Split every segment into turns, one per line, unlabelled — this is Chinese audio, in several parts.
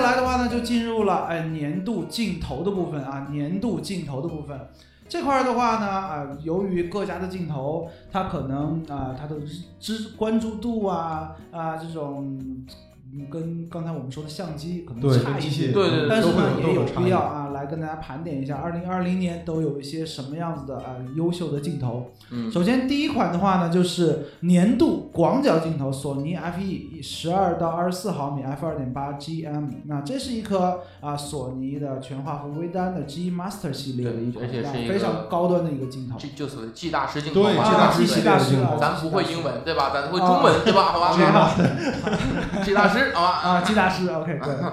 来的话呢，就进入了哎年度竞投的部分啊，年度竞投的部分。这块儿的话呢，啊、由于各家的镜头，它可能啊、它的知关注度啊啊这种，嗯跟刚才我们说的相机可能
对，
差
跟
一
机
些，
械
对对对
但是
都会
呢
有
也
都
有
有差
必
异
要啊，来跟大家盘点一下，二零二零年都有一些什么样子的啊、优秀的镜头。
嗯，
首先第一款的话呢，就是年度广角镜头，索尼 F E 十二到二十四毫米 f 二点八 G M。那这是一颗啊索尼的全画幅微单的 G Master 系列的
对
一款，
而且是一个
非常高端的一个镜头。
这就所谓的 G 大师镜头
对，
嘛，
G
啊
大
系
师系
列
列的
的
镜
啊
头，
咱不会英文对吧？咱会中文对吧？好吧，
G
好吧
Master
，G 大师好吧，
啊，G 大师，OK，对。
嗯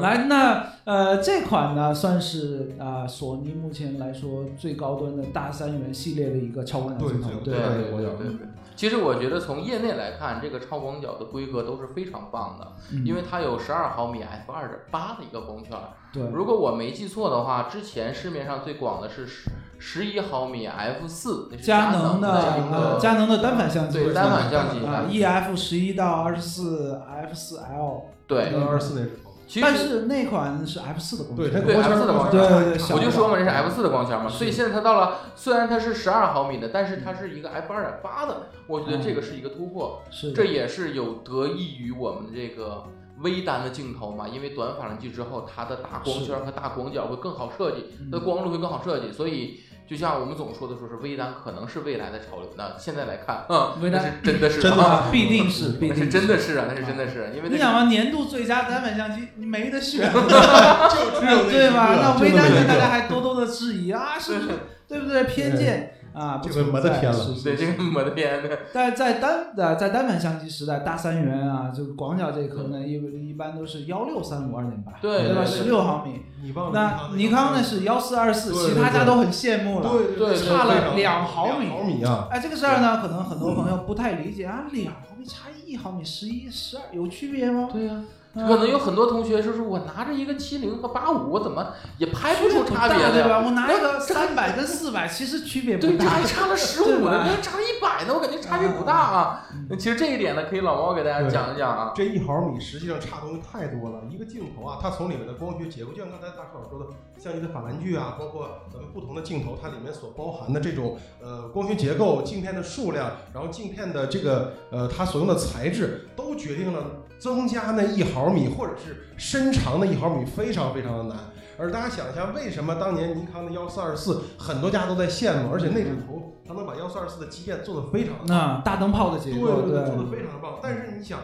来，那呃，这款呢算是啊、索尼目前来说最高端的大三元系列的一个超广角镜头，
对
对
吧？
对
我有
对对。其实我觉得从业内来看，这个超广角的规格都是非常棒的，
嗯
因为它有十二毫米 f 二点八的一个光圈儿。
对
如果我没记错的话，之前市面上最广的是十十一毫米 f 四，
佳能
能
的
一
呃
个
佳能的单反相机
对单反相机
啊，E F 十一到二十四 F 四 L，
对，
跟二十四那种，
其
但
实
是那款是 F 四的光
对，
圈，
它
对
光圈
F4 的
光
光
对
圈
对
差
对，小
我就
的嗯
说嘛，这是 f 四的光圈嘛，
是
所以现在它到了，虽然它是十二毫米的，但是它
嗯
是一个 f 二点八的，我觉得这个是一个突破，
是
这也是有得益于我们这个。微单的镜头嘛，因为短反射距之后，它的大光圈和大广角会更好设计，
嗯
它的
啊
光路会更好设计，所以就像我们总说的，说是微单可能是未来的潮流。那现在来看，嗯，
微单
那是真的是
真的
啊
啊，必定是必
那
定
是真的是啊，那是真的是，因为
你
那
想
是
嘛，年度最佳单反相机，你没得 选，啊
就只有那
对吧？
一个
那
就
微
那
单
么一
呢，
个
大家还多多的质疑啊，是不是？对不对？偏见啊，不
这个
存
没得
在
天了
是是
对这个抹的边的，
但在单呃在单反相机时代，大三元啊，就是广角这一颗呢，一一般都是幺六三五二点八，
对
吧？
对
十
对
六毫米。
你忘
那
了
尼康呢？是幺四二四，
对
其
对
他家
对
都很羡慕了。
对对，
差了
非常
两毫米
两毫米啊，
哎，这个事儿呢，可能很多朋友不太理解啊，两毫米差一毫米，十一、十二有区别吗？
对呀、
嗯
可能有很多同学就是我拿着一个七零和八五，我怎么也拍不出差别
大
来
对
呀？
吧？我拿一个三百跟四百，其实区别不
对，这
大
还。差了十
对
五
吧
呢，这还差了一百呢，我感觉差别不大啊
嗯。
那其实这一点呢，可以老猫给大家
对
讲一讲啊。
这一毫米实际上差东西太多了。一个镜头啊，它从里面的光学结构，就像刚才大少说的，相机的法兰距啊，包括咱们不同的镜头，它里面所包含的这种呃光学结构、镜片的数量，然后镜片的这个呃它所用的材质，都决定了增加那一毫米或者是伸长的一毫米非常非常的难。而大家想一下，为什么当年尼康的幺四二四很多家都在羡慕，而且那种头它能把幺四二四的基线做得非常好。
那大灯泡的结
对
构，
对，做的非常棒。但是你想，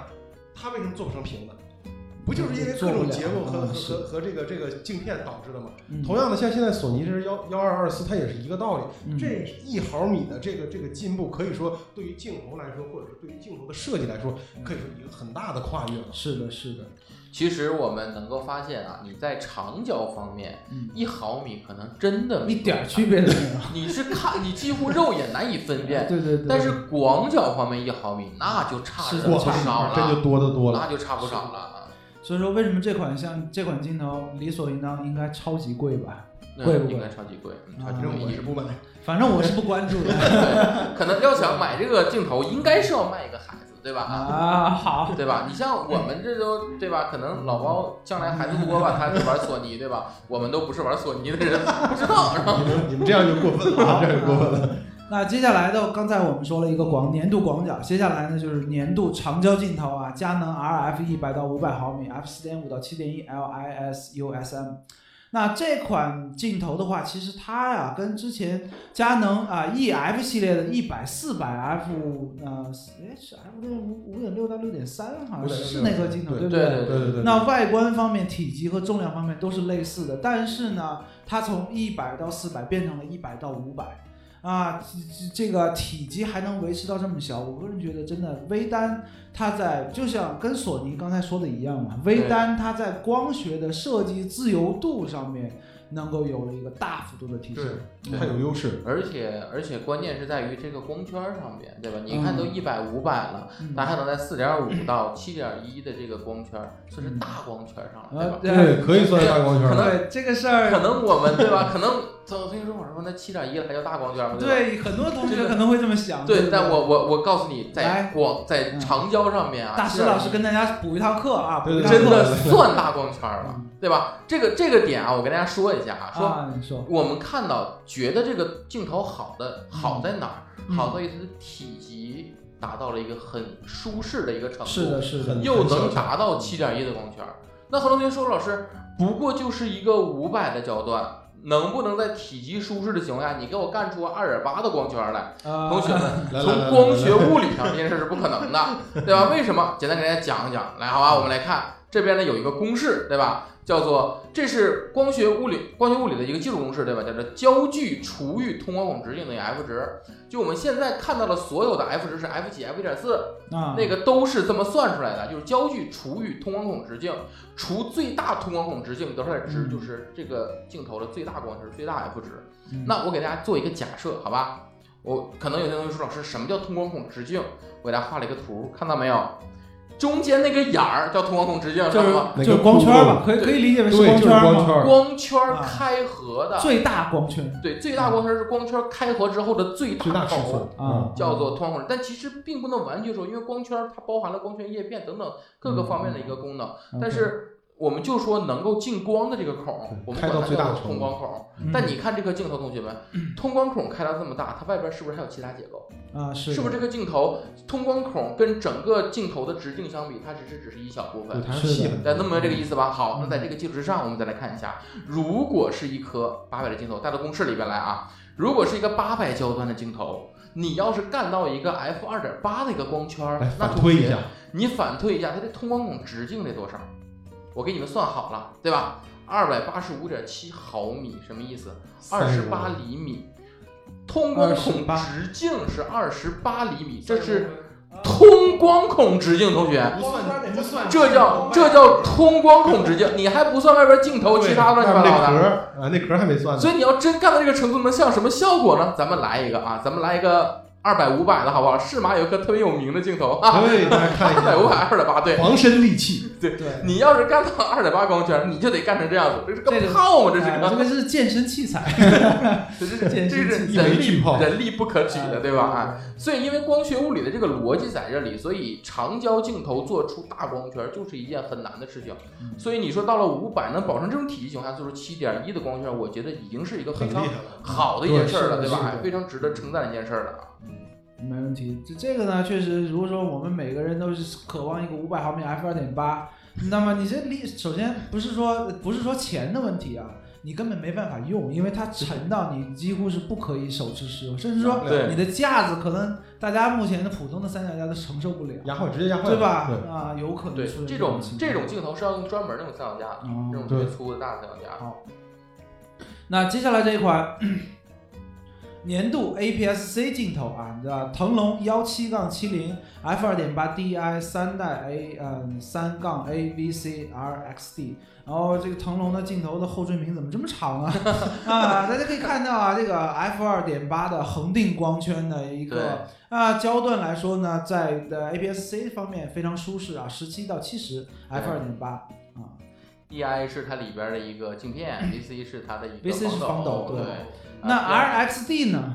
它为什么做不成平的？不就是因为各
做不
种
了
结构和
嗯
和
是
和和这个这个镜片导致的嘛？
嗯
同样的，像现在索尼这是幺幺二二四，它也是一个道理。
嗯
这一毫米的这个这个进步，可以说对于镜头来说，或者是对于镜头的设计来说，可以说一个很大的跨越了。
是的，是的，
其实我们能够发现啊，你在长焦方面
嗯，
一毫米可能真的没
一点儿区别都没有。
你是看你几乎肉眼难以分 辨。
对对对。
但是广角方面一毫米那就差
是
着
的
不
哇，
少
啊这
了，
就多得多了。
那就差不少了啊。
所以说，为什么这款像这款镜头理所应当应该超级贵吧？
那
贵不贵
应该超级贵，嗯超
啊
级
反
贵
正我是不买，
反正我是不关注的
对，可能要想买这个镜头，应该是要卖一个孩子，对吧？
啊。好，
对吧？你像我们这都对吧？可能老包将来孩子不多吧，他是玩索尼对吧？我们都不是玩索尼的人，不知道。然后
你们你们这样就过分了，啊这样就过分了。
那接下来的，刚才我们说了一个广年度广角，接下来呢就是年度长焦镜头啊，佳能 RF 一百到五百毫米，f 四点五到七点一 LISUSM。那这款镜头的话，其实它呀、跟之前佳能啊 EF 系列的一百、四百 F 呃，哎是 F 六五五点六到六点三，好像是是那颗镜头，对
对
不
对
对
对对，
那外观方面、体积和重量方面都是类似的，但是呢，它从一百到四百变成了一百到五百，啊，这这个体积还能维持到这么小，我个人觉得真的微单它在就像跟索尼刚才说的一样嘛，微单它在光学的设计自由度上面能够有了一个大幅度的提升，嗯
对
它有优势。
而且而且关键是在于这个光圈上面，对吧？你看都
嗯
一百五百了，
嗯
咱还能在四点五到七点一的这个光圈，算是大光圈上了，对吧？
呃，
对，可以算是大光圈
可
了。
能
对这个事儿
可能我们对吧？可能曾所以说我说那七点一了还叫大光圈吗？吧
对，很多同
这
学
个
可能会这么想。
对
不
但我我我告诉你，在
来
广在
嗯
长焦上面啊，
大师
7.1
老师跟大家补一堂课啊，补
对
一
对
堂
对
课
真 的算大光圈了
嗯，
对吧？这个这个点啊，我跟大家说一下啊，说
啊，你说
我们看到觉得这个镜头好的好在哪儿？
嗯
好在于它的体积达到了一个很舒适的一个程度，
是的，是的
很，
又
小
能
巧
达到七点一的光圈儿。那何同学说，老师不过就是一个五百的焦段，能不能在体积舒适的情况下，你给我干出二点八的光圈儿来？
呃
同学们，
来来来
从光学物理上这件事是不可能的，对吧？为什么？简单给大家讲一讲，来，好吧，我们来看这边呢有一个公式，对吧？叫做这是光学物理光学物理的一个基础公式，对吧？叫做焦距除以通光孔直径等于 f 值。就我们现在看到的所有的 f 值是 f 几 f 一点四，
啊，
那个都是这么算出来的，就是焦距除以通光孔直径，除最大通光孔直径得出来的值
嗯
就是这个镜头的最大光圈、最大 f 值。
嗯
那我给大家做一个假设，好吧？我可能有些同学说，老师，什么叫通光孔直径？我给大家画了一个图，看到没有？中间那个眼儿叫通光孔直径，知
就
道
是
吗？
哪个
就是光圈吧，可以
对
可以理解为
对，
是
就是啊
光圈
光
吗？
圈，
光圈开合的，
最大光圈啊
对，最大光圈是光圈开合之后的最
最
大
大尺
口
寸
啊，
叫做通光，但其实并不能完全说，因为光圈儿它包含了光圈叶片等等各个方面的一个功能。
嗯
但是我们就说能够进光的这个孔
对，
我们
开到
管它
最大
叫
程
做
度
通光孔。
嗯
但你看这颗镜头，同学们，通光孔开到这么大，它外边是不是还有其他结构？
啊是
是不是
的
这个镜头通光孔跟整个镜头的直径相比，它只是只是一小部分
对，？它是细很多
大家能明白这个意思吧？好，那
嗯
在这个基础之上，我们再来看一下，如果是一颗八百的镜头，带到公式里边来啊，如果是一个八百焦段的镜头，你要是干到一个 f 二点八的一个光圈儿
来，
那
反
同
推
学
一下，
你反推一下，它这通光孔直径得多少？我给你们算好了，对吧？二百八十五点七毫米，什么意思？二十八
32
厘米。通光孔
28
直径是二十八厘米，这是
呃
通光孔直径，同学，
不算不算
这叫这叫通光孔直径，你还不算外边镜头其他乱七八
那
糟
壳
的。
儿啊，那壳儿还没算呢。
所以你要真干到这个程度，能像什么效果呢？咱们来一个啊，咱们来一个二百五百的好不好？适马有一个特别有名的镜头啊，
对，大家看一
二百五百
下，
二点八，对，
防身利器，
对。
你要是干到二点八光圈，你就得干成这样子，这是
这
个
个
炮嘛，这是
哎这个
个，
是健身器材，
这是这
健
是
身器
一枚
人力
巨炮
人力不可取
材
的，对吧？啊，？所以因为光学物理的这个逻辑在这里，所以长焦镜头做出大光圈就是一件很难的事情。
嗯
所以你说到了五百能保证这种体积情况下做出七点一的光圈，我觉得已经是一个非
很厉
常
害了。
好的一件事儿了，
对
对
是的
吧？
是的
哎非常值得称赞的一件事儿了啊。
没问题。这这个呢，确实，如果说我们每个人都是渴望一个五百毫米 f 二点八，那么你这离首先不是说不是说钱的问题啊，你根本没办法用，因为它沉到你几乎是不可以手持使用，甚至说
对
你的架子可能大家目前的普通的三脚架都承受不了，
压坏直接压坏了，
对吧？
对，
啊，有
嗯
可能
对
出现，
这种
情况
这种镜头是要用专门那种三脚架的，
哦
这种特
对
别粗的大的三脚架。
那接下来这一款 年度 APS-C 镜头啊，你知道腾龙幺七杠七零 f 二点八 DI 三代 A 嗯三杠 AVCRXD，然后这个腾龙的镜头的后缀名怎么这么长啊？ 啊，大家可以看到啊，这个 f 二点八的恒定光圈的一
对
个啊焦段来说呢，在的 APS-C 方面非常舒适啊，十七到七十 f 二点八啊，
DI 是它里边的一个镜片，VC 是它的一个
VC 是防抖
对
对。
啊
那 RXD 呢？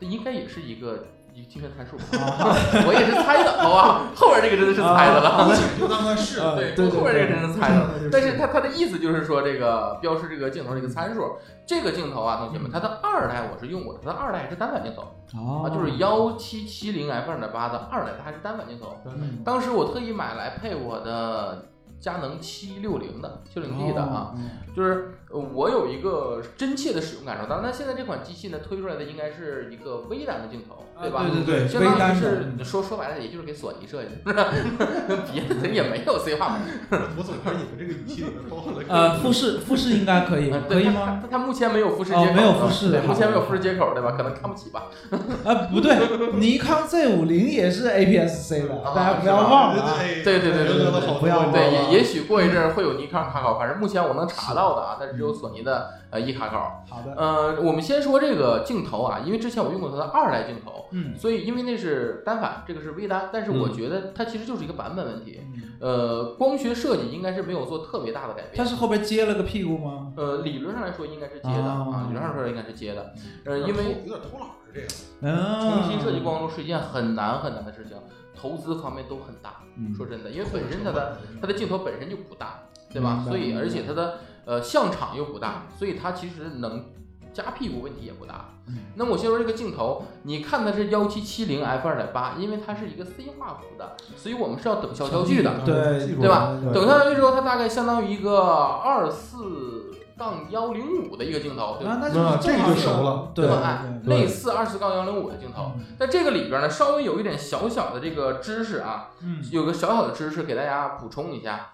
这应该也是一个一个精确参数 吧，我也是猜的，好吧？后边这个真的是猜的了，
姑且就当它是
呃
啊对对
后边这个真是猜的了。
了
但是它它的意思就是说，这个标示这个镜头这个参数，这个镜头啊，同学们，它的二代我是用过的，它的二代还是单反镜头
嗯哦
啊，就是幺七七零 f 二点八的二代，它还是单反镜头。
嗯
当时我特意买来配我的佳能七六零的七零 D 的啊，，
哦
就是呃我有一个真切的使用感受。当然，现在这款机器呢推出来的应该是一个微单的镜头，
啊
对吧？
对对
对
相
微
当于
单的
是
嗯
说说白了，也就是给索尼设计的， 别的也没有 C 化。
我总觉得你们这个语气里面包含了
呃，复试复试应该可
啊
以，可以吗？？
它它目前没有富士接
哦
口，
没有富士
对，
好
目前没有富士接口，对吧？可能看不起吧。
啊，不对，尼康 Z 五零也是 APS-C 的，
啊
大家不要忘了啊。
哦对
对对对对对
对，
不要忘
对，也也许过一阵儿会有尼康卡口，反正目前我能查到的啊，但只有有索尼的呃一卡口。
好的，
呃，我们先说这个镜头啊，因为之前我用过它的二代镜头，
嗯
所以因为那是单反，这个是微单，但是我
嗯
觉得它其实就是一个版本问题。
嗯，
呃，光学设计应该是没有做特别大的改
它
变。
是后边接了个屁股吗？
呃，理论上来说应该是接的
啊
啊，理论上来说应该是接的。呃，因为
有点偷懒儿这个。
嗯，
重新设计光路是一件很难很难的事情，投资方面都很大。
嗯，
说真的，因为本身它的它的镜头本身就不大，对吧
明？白
所以
明白
而且它的呃像场又不大，所以它其实能加屁股问题也不大
嗯。
那么我先说这个镜头，你看它是幺七七零 f 二点八，因为它是一个 C 画幅的，所以我们是要等效焦距的。
对
技术
对吧
对
等效焦距之后，它大概相当于一个二四杠幺零五的一个镜头，对吧
啊，那
那
就是正好
这个就熟了
对
对吧哎
对
对
类似二四杠幺零五的镜头。
对，
在这个里边呢，稍微有一点小小的这个知识啊，
嗯，
有个小小的知识给大家补充一下：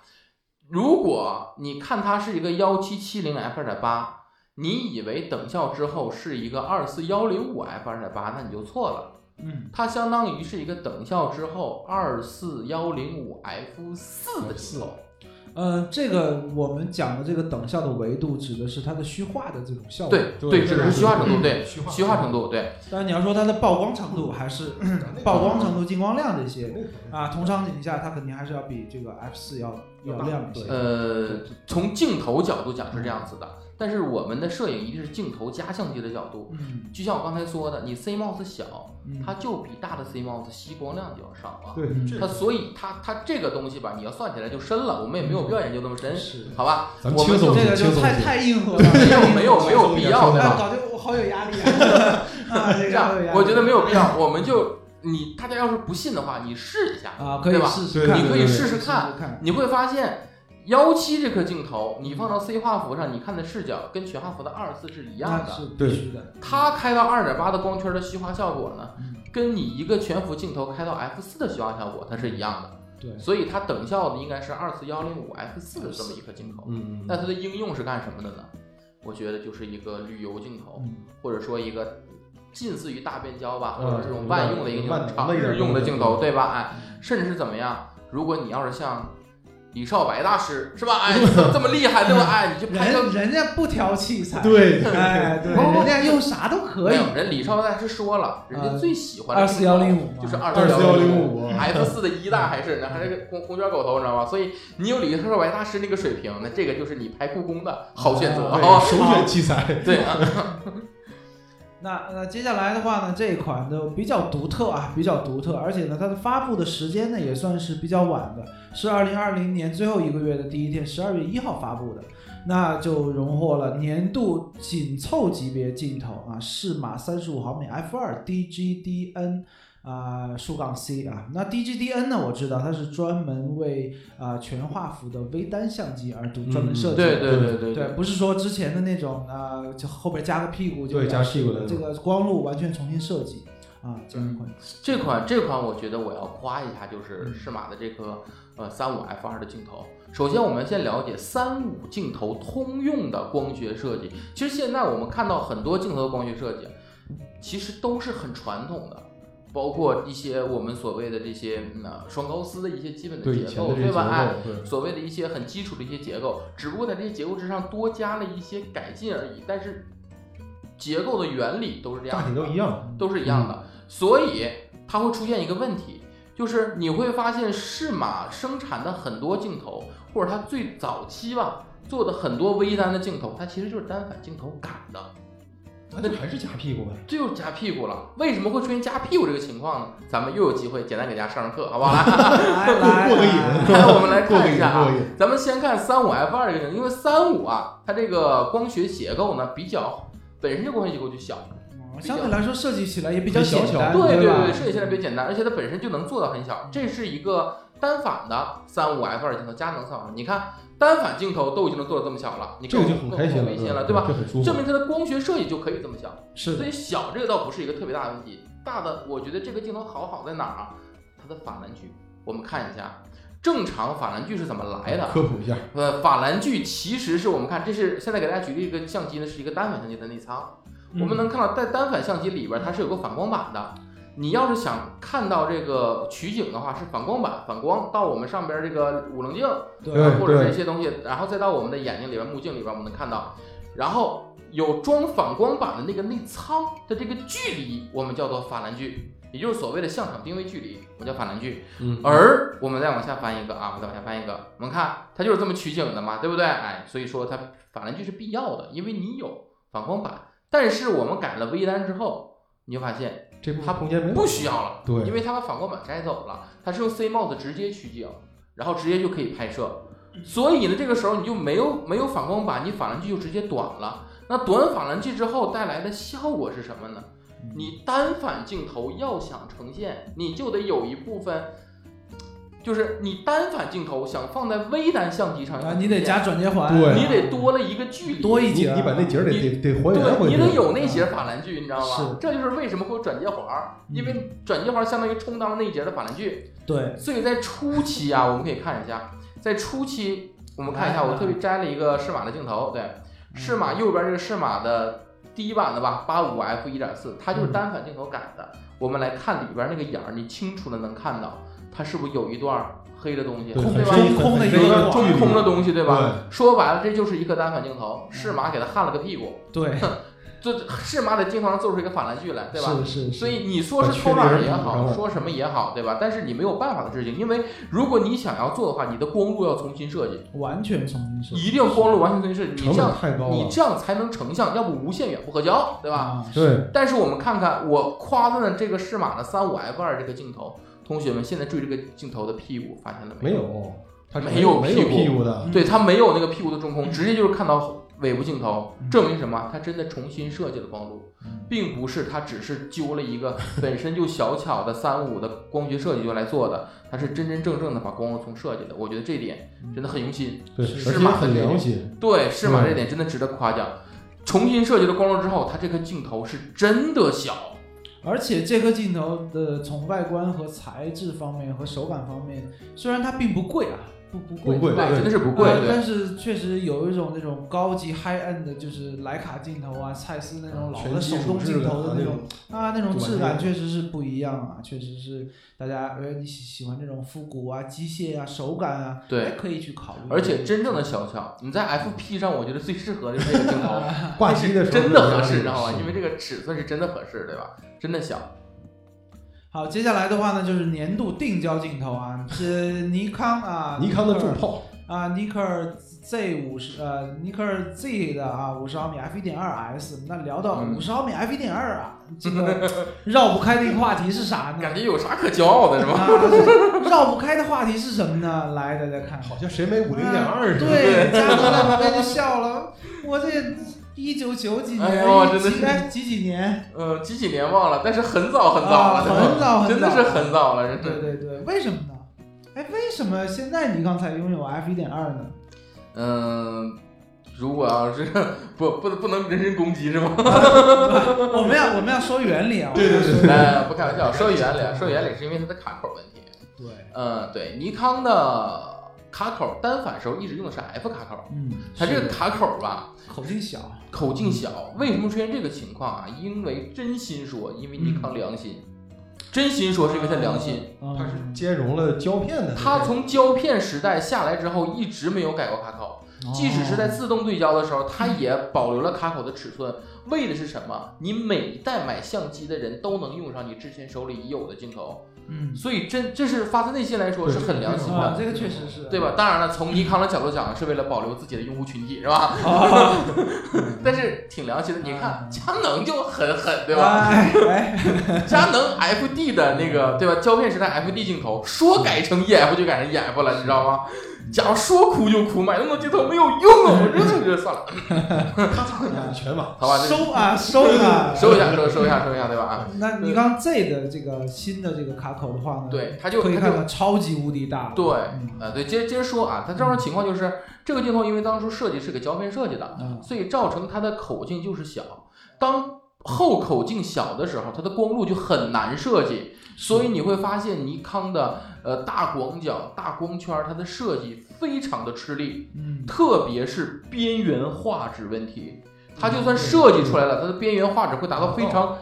如果你看它是一个幺七七零 f 二点八，你以为等效之后是一个二四幺零五 f 二点八，那你就错了。
嗯，
它相当于是一个等效之后二四幺零五 f 四的镜头。
呃，这个我们讲的这个等效的维度，指的是它的虚化的这种效果。
对
哦
对，只是虚化程度，对
虚化
虚化程度，对
但是你要说它的曝光程度，还是曝光程度、进光量这些啊，同场景下它肯定还是要比这个 F 四要要亮一些。
呃，从镜头角度讲是这样子的，但是我们的摄影一定是镜头加相机的角度。
嗯，
就像我刚才说的，你 CMOS 小，
嗯
它就比大的 CMOS 吸光量就要少啊。
对
嗯，
这
它所以它它这个东西吧，你要算起来就深了，我们也没有必要研究那么深，
嗯是
好吧？
咱
我
们
们
轻松
这
些，
个
轻
就
松
太
些。
太硬核了，
没有没有没有必要，对
哎，
吧？
搞得我好有压 力啊！啊，这
这
个好
样
有压力。
我觉得没有必要，我们就你大家要是不信的话，你试一下，
啊，可以
对吧
试试看，
对
你可以试试看，
试看。
你会发现。幺七这颗镜头，你放到 C 画幅上，你看的视角跟全画幅的二四是一样
那
的。
是必须的，
它开到二点八的光圈的虚化效果呢
嗯，
跟你一个全幅镜头开到 f 四的虚化效果它是一样的。
对
所以它等效的应该是二四幺零五 f 四的这么一颗镜头。
嗯，
那它的应用是干什么的呢？我觉得就是一个旅游镜头，
嗯
或者说一个近似于大变焦吧，
嗯
或者这种万用的一个镜头
万，能
长
的一点
日用的镜
东
头，
西
对吧？哎，甚至是怎么样？如果你要是像李少白大师是吧？哎，这么厉害对吧？哎，你就拍个
人人家不挑器材，，
对，
哎，对，
不不
人家用啥都可
没
以。
有人李少白大师说了，人家
呃
最喜欢的
二四幺零
镜
五
头就是
二四幺零五，
F 四的一大还是，然后还是个红红圈狗头，你知道吗？所以你有李少白大师那个水平，那这个就是你拍故宫的好选择，
哦
好
对
不好？
首选器材。
嗯 对啊，
那那接下来的话呢，这一款呢比较独特啊，比较独特，而且呢，它的发布的时间呢也算是比较晚的，是二零二零年最后一个月的第一天，十二月一号发布的。那就荣获了年度紧凑级别镜头啊，适马三十五毫米 f 二 DGDN 啊、竖杠 C 啊。那 DGDN 呢，我知道它是专门为啊、全画幅的微单相机而独专门设计的。
对对对对
对，不是说之前的那种啊、呃就后边加个屁股就
对加屁股的嗯
这个光路完全重新设计啊，这样一款
这款这款我觉得我要夸一下，就是适马的这颗呃三五 f 二的镜头。首先，我们先了解三五镜头通用的光学设计。其实现在我们看到很多镜头的光学设计，其实都是很传统的，包括一些我们所谓的这些嗯呃双高斯的一些基本的
对以
结
前
构，
的这些
吧？哎，
对，
所谓的一些很基础的一些结构，只不过在这些结构之上多加了一些改进而已，但是结构的原理都是这
大
样
体
的，
都一样。
都是一样的，所以它会出现一个问题，就是你会发现适马生产的很多镜头，或者它最早期吧做的很多微单的镜头，它其实就是单反镜头改的，
那就还是夹屁股呗。
这就是夹屁股了。为什么会出现夹屁股这个情况呢？咱们又有机会简单给大家上上课，好不好？来，
来 来
过个瘾
来
我们来
过个
看一
瘾，
下啊
过。个瘾。
咱们先看三五 F 二这个镜头，因为三五啊，它这个光学结构呢比较本身这光学结构就小，
嗯相对来说设计起来也比较简
比较
单，
小
对
吧？
对，设计起来比较简单，而且它本身就能做到很小。这是一个单反的三五 F 二镜头，佳能三五，你看单反镜头都已经能做到这么小了，你
这
更
个就很开心
更
了，
微心了，对吧？
这很舒服
证。明它的光学设计就可以这么小，
是
所
的，
以小这个倒不是一个特别大的问题。大的，我觉得这个镜头好好在哪儿啊？它的法兰距，我们看一下，正常法兰距是怎么来的？
科普一下，
呃，法兰距其实是我们看，这是现在给大家举例一个
嗯
相机呢，是一个单反相机的内仓。我们能看到在单反相机里边，它是有个反光板的。你要是想看到这个取景的话，是反光板反光到我们上边这个五棱镜，啊
对
或者是一些东西，然后再到我们的眼睛里边、目镜里边，我们能看到。然后有装反光板的那个内舱的这个距离，我们叫做法兰距，也就是所谓的像场定位距离，我们叫法兰距。
嗯，
而我们再往下翻一个啊，我们再往下翻一个，我们看它就是这么取景的嘛，对不对？哎，所以说它法兰距是必要的，因为你有反光板。但是我们改了微单之后，你就发现
这部
它
分空间没有
不需要了，
对
因为它把反光板摘走了，它是用 C 帽子直接取景，然后直接就可以拍摄。所以呢，这个时候你就没有没有反光板，你法兰距就直接短了。那短法兰距之后带来的效果是什么呢？你单反镜头要想呈现，你就得有一部分，就是你单反镜头想放在微单相机上，
啊，你得加，转接环，
对
你得多了一个距离，
多一
你
节，
你把那节儿得得得还原
对，
回
你
去。
得有那节法兰距，你知道
是
吗？这就是为什么会有转接环儿，
嗯
因为转接环儿相当于充当了那一节的法兰距。
对，
所以在初期啊，我们可以看一下，在初期我们看一下，
嗯
来
我特别摘了一个适马的镜头，对，适马右边这个适马的低版的吧，八五 f 一点四，它
嗯
就是单反镜头改的。我们来看里边那个眼儿，你清楚的能看到它是不是有一段黑的东西，
对
对
很
吧？
深
中空的一
很深
个
中
中空的东西，对
对嗯
吧？说白了，这就是一颗单反镜头，适马给它焊了个屁股。
对，
这是妈在镜头上做出一个法兰距来， 对吧？
是是，
所以你说是偷懒儿也好，说什么也好，对吧？但是你没有办法的事情，因为如果你想要做的话，你的光路要重新设计，
完全重新设计，
一定光路完全重新设计，你
成
这
本
样
太高
你
了。
这样才能成像，要不无限远不可交，对吧？
啊，
对，
但是我们看看我夸赞的这个适马的三五 F 二这个镜头，同学们现在注意这个镜头的屁股，发现了
没
有？
有，它是
没有
没有
屁
屁
股
股的。
对，它没有那个屁股的中空，直接就是看到尾部镜头，
嗯
证明什么？它真的重新设计了光路。并不是它只是揪了一个 本身就小巧的三五的光学设计就来做的，它是真真正正的把光路从设计的。我觉得这点
嗯
真的很用心，
对，
是
而且
马的
很
这个
良心。
对，是马
嗯
这点真的值得夸奖。重新设计了光路之后，它这个镜头是真的小，
而且这颗镜头的从外观和材质方面和手感方面，虽然它并不贵啊，不不贵，
不贵
吧
对
真的是不贵，
呃
对
但是确实有一种那种高级 high end 的，就是徕卡镜头啊、蔡司那种老
全
的手
金属
动
质
镜头的
那
那种啊，那种质
短
感
片
确实是不一样啊，确实是大家呃你喜喜欢这种复古啊、机械啊、手感啊，哎
对。
可以去考虑。
而且真正的小巧，你在 FP 上，我觉得最适合就是这个镜头，
哎
挂机的时候
真的合适，你知道吗？
是
因为这个尺寸是真的合适，对吧？真的小，
好，接下来的话呢，就是年度定焦镜头啊，是尼康啊，
尼康的
尼克
重
嗯
尔
炮，
啊，尼克尔 Z 五十呃，尼克尔 Z 的啊，五十毫米 f 一点二 S。那聊到
嗯
五十毫米 f 一点二啊，这 个绕不开的一个话题是啥呢？
感觉有啥可骄傲的是吗？
啊，绕不开的话题是什么呢？来，大家看，
好像谁没五零点二似的。
对，嘉禾在旁边就笑了，我这一九九几
哎
年，
呦
一
真的
几
是
哎几几年，
呃，几几年忘了，但是很早很早
啊
了，
很早很
真的
早，
真的是很早了，真
对
的。
对对，为什么呢？哎，为什么现在你刚才拥有 f 一点二 呢？
嗯，如果要是 不不不能人身攻击是吗？
我们要我们要说原理啊，
对对对
哎，不开玩笑，说原理，说原理是因为它的卡口问题。
对，
嗯，对，尼康的卡口单反时候一直用的是 F 卡口，
嗯，
它这
是哦
个卡口吧
口径小，
口径小，为什么出现这个情况啊？因为真心说，因为尼康良心，真心说是因为它良心。
嗯，
它是兼容了胶片的那个。
它从胶片时代下来之后，一直没有改过卡口。
哦
即使是在自动对焦的时候，它也保留了卡口的尺寸，为的是什么？你每一代买相机的人都能用上你之前手里已有的镜头，
嗯
所以真这是发自内心来说
对
是很良心
啊，
的，
这个确实是，
对吧？当然了，从尼康的角度讲，是为了保留自己的用户群体，是吧？
啊？
但是挺良心的，你看
嗯
佳能就很狠， 对吧？
哎 哎，
佳能 FD 的那个，对吧？胶片时代 FD 镜头，说改成 EF 就改成 EF 了，你知道吗？假如说哭就哭，买那么多镜头没有用啊！我真的是算了，
咔嚓一下全满。
好吧，这个
收啊收啊，
收一下，收收一下，收一下，对吧？啊，
那你刚 Z 的这个新的这个卡口的话呢，，
对，他就
可以
他
看
就
到超级无敌大，
对
嗯
呃对，接接着说啊，它造成情况就是这个镜头因为当初设计是给胶片设计的，
嗯
所以造成它的口径就是小。当后口径小的时候，它的光路就很难设计，所以你会发现尼康的呃大广角、大光圈儿，它的设计非常的吃力，
嗯，
特别是边缘画质问题。它就算设计出来了，它的边缘画质会达到非常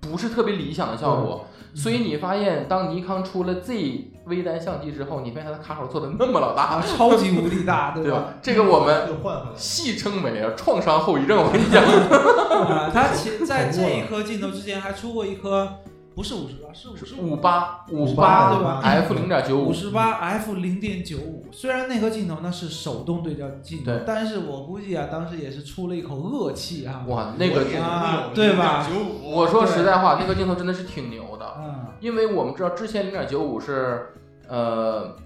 不是特别理想的效果。所以你发现，当尼康出了 Z 微单相机之后，你发现它的卡口做的那么老大，
啊，超级无敌大，对
对啊
吧？
吧？这个我们
又换回来了。
戏称为啊创伤后遗症。我跟你讲，
啊，它 其在这一颗镜头之前还出过一颗，不是五十八，是五十
五八五
58
八
对吧
F 零点九
五
五，
十八 f 零点九五，虽然那颗镜头呢是手动对焦镜头
对，
但是我估计啊，当时也是出了一口恶气啊。
哇，那个
我也
啊
有
对吧
0.95
我说实在话，那个镜头真的是挺牛的，
嗯，
因为我们知道之前零点九五是呃